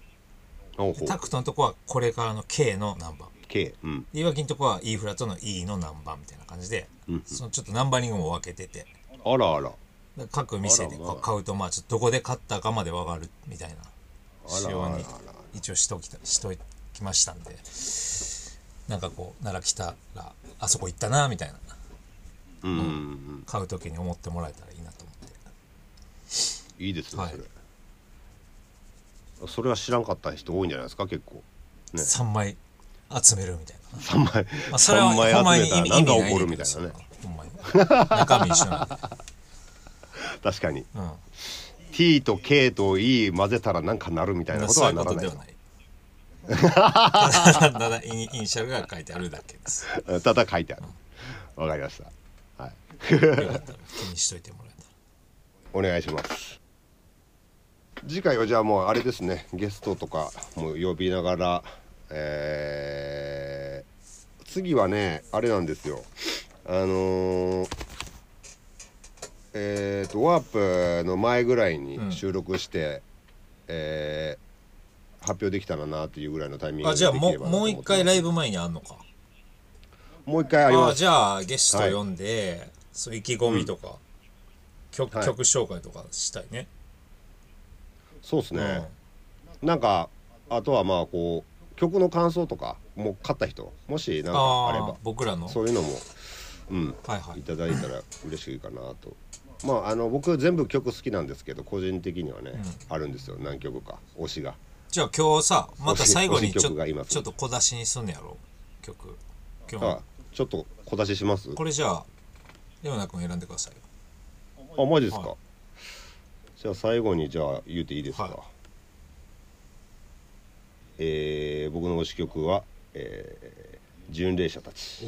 [SPEAKER 1] ほうほう
[SPEAKER 2] なタクトのとこはこれからの K のナンバー
[SPEAKER 1] K うん
[SPEAKER 2] でいわきのとこは E フラットの E のナンバーみたいな感じで、そのちょっとナンバリングも分けてて
[SPEAKER 1] あらあら
[SPEAKER 2] だから各店で
[SPEAKER 1] あらまあ
[SPEAKER 2] こう買うとまあちょっとどこで買ったかまで分かるみたいな
[SPEAKER 1] あ
[SPEAKER 2] 仕
[SPEAKER 1] ら
[SPEAKER 2] 様
[SPEAKER 1] あらあ
[SPEAKER 2] に
[SPEAKER 1] ら
[SPEAKER 2] 一応しときたしときましたんでなんかこう奈良来たらあそこ行ったなみたいな
[SPEAKER 1] うん、うんうん、
[SPEAKER 2] 買う時に思ってもらえたらいいなと思って
[SPEAKER 1] いいですね、
[SPEAKER 2] はい
[SPEAKER 1] それそれは知らんかった人多いんじゃないですか結構ね
[SPEAKER 2] 3枚集めるみたいな
[SPEAKER 1] 3枚 *laughs*
[SPEAKER 2] まあ、それは
[SPEAKER 1] 三
[SPEAKER 2] ほんま
[SPEAKER 1] 枚集め
[SPEAKER 2] に意
[SPEAKER 1] たら何
[SPEAKER 2] 味
[SPEAKER 1] が
[SPEAKER 2] 意味
[SPEAKER 1] 起こる
[SPEAKER 2] ん
[SPEAKER 1] み
[SPEAKER 2] だ
[SPEAKER 1] た
[SPEAKER 2] け
[SPEAKER 1] いな
[SPEAKER 2] ど
[SPEAKER 1] ね
[SPEAKER 2] それはほんまに中身一緒なんで、
[SPEAKER 1] 確かに
[SPEAKER 2] うん、
[SPEAKER 1] T と K と E 混ぜたらなんかなるみたいなこと
[SPEAKER 2] そう
[SPEAKER 1] は
[SPEAKER 2] いう
[SPEAKER 1] な
[SPEAKER 2] こ
[SPEAKER 1] ら
[SPEAKER 2] と
[SPEAKER 1] ない
[SPEAKER 2] で
[SPEAKER 1] の
[SPEAKER 2] はないただ *laughs* ただイニイニシャルが書いてあるだけです
[SPEAKER 1] *laughs* ただ書いてあるわかりましたはい
[SPEAKER 2] よかったら気にしといてもらえたら
[SPEAKER 1] お願いします次回はじゃあもうあれですねゲストとかも呼びながらえー次はねあれなんですよあのーえっ、とワープの前ぐらいに収録して、えー発表できたらなっていうぐらいのタイミング
[SPEAKER 2] あ
[SPEAKER 1] で
[SPEAKER 2] じゃあ
[SPEAKER 1] でき
[SPEAKER 2] も
[SPEAKER 1] れ
[SPEAKER 2] う
[SPEAKER 1] ばなと
[SPEAKER 2] もう
[SPEAKER 1] 思って
[SPEAKER 2] 一
[SPEAKER 1] ます
[SPEAKER 2] 回ライブ前にあんのか
[SPEAKER 1] もう一回あり
[SPEAKER 2] あ
[SPEAKER 1] ます
[SPEAKER 2] じゃあゲスト呼んで、そう意気込みとか、曲
[SPEAKER 1] はい
[SPEAKER 2] 曲紹介とかしたいね、
[SPEAKER 1] そうですね、
[SPEAKER 2] うん
[SPEAKER 1] なんかあとはまあこう曲の感想とかもう勝った人もしなんかあれ
[SPEAKER 2] あ
[SPEAKER 1] ば
[SPEAKER 2] あ僕らの
[SPEAKER 1] そういうのもうん
[SPEAKER 2] はいはい
[SPEAKER 1] いただいたら嬉しいかなとまああの僕全部曲好きなんですけど個人的にはね、あるんですよ何曲か推しが
[SPEAKER 2] じゃあ今日さまた最後
[SPEAKER 1] 推し
[SPEAKER 2] にちょ
[SPEAKER 1] 曲が今
[SPEAKER 2] ちょっと小出しにすんねやろ曲今
[SPEAKER 1] あ
[SPEAKER 2] 日
[SPEAKER 1] ちょっと小出しします
[SPEAKER 2] これじゃあ山田君選んでくださいよ
[SPEAKER 1] あマジですか、
[SPEAKER 2] は
[SPEAKER 1] じゃあ最後にじゃあ言うていいですか、
[SPEAKER 2] はい
[SPEAKER 1] えー僕の推し曲は、えー巡礼者たち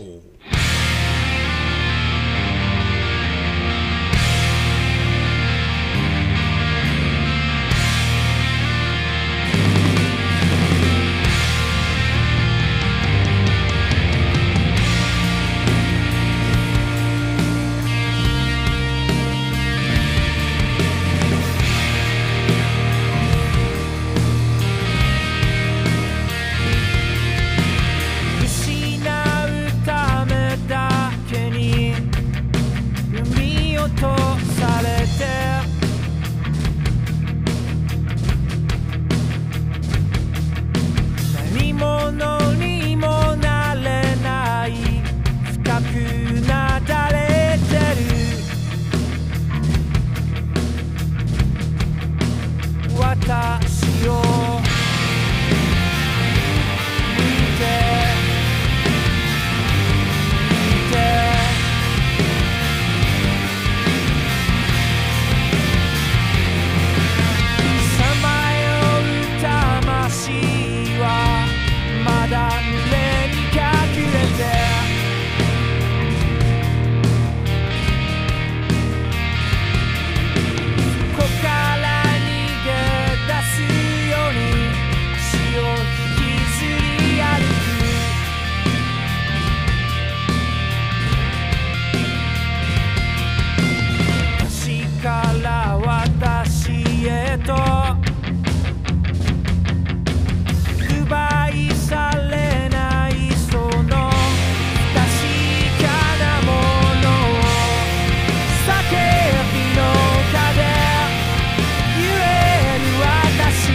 [SPEAKER 3] 失うためだけに海落とされて何者にもなれない深くなだれてる私を見てさまよう魂はまだ胸に隠れてここから逃げ出すように血を引きずり歩く私から私へと奪いされないその確かなものを叫びの歌で揺れる私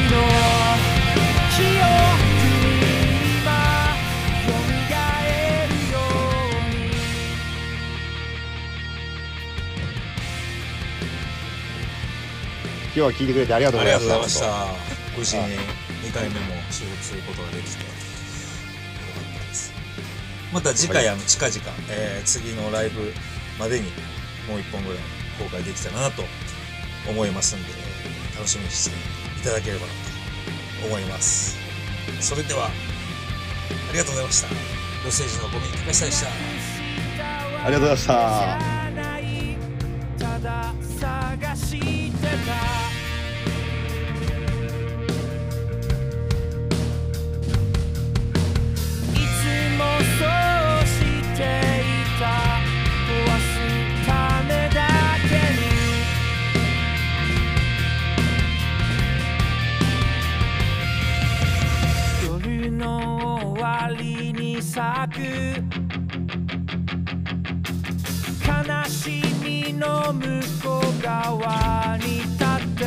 [SPEAKER 3] の記憶に今蘇るように
[SPEAKER 1] 今日は聞いてくれてありがとう
[SPEAKER 2] あ
[SPEAKER 1] ご
[SPEAKER 2] り
[SPEAKER 1] ざい
[SPEAKER 2] が
[SPEAKER 1] ま
[SPEAKER 2] とう
[SPEAKER 1] し
[SPEAKER 2] ご
[SPEAKER 1] た
[SPEAKER 2] ざいました無事に
[SPEAKER 1] はい
[SPEAKER 2] 2回目も収録することができてよかったですまた次回、
[SPEAKER 1] はい
[SPEAKER 2] あの近々、えー次のライブまでにもう1本ぐらい公開できたらなと思いますんでえー楽しみにしていただければなと思いますそれではありがとうございましたロステージのごめん聞かせでした
[SPEAKER 1] ありがとうございました
[SPEAKER 3] ただ探してた「いつもそうしていた」「壊すためだけに」「夜の終わりに咲く」悲しみの向こう側に立って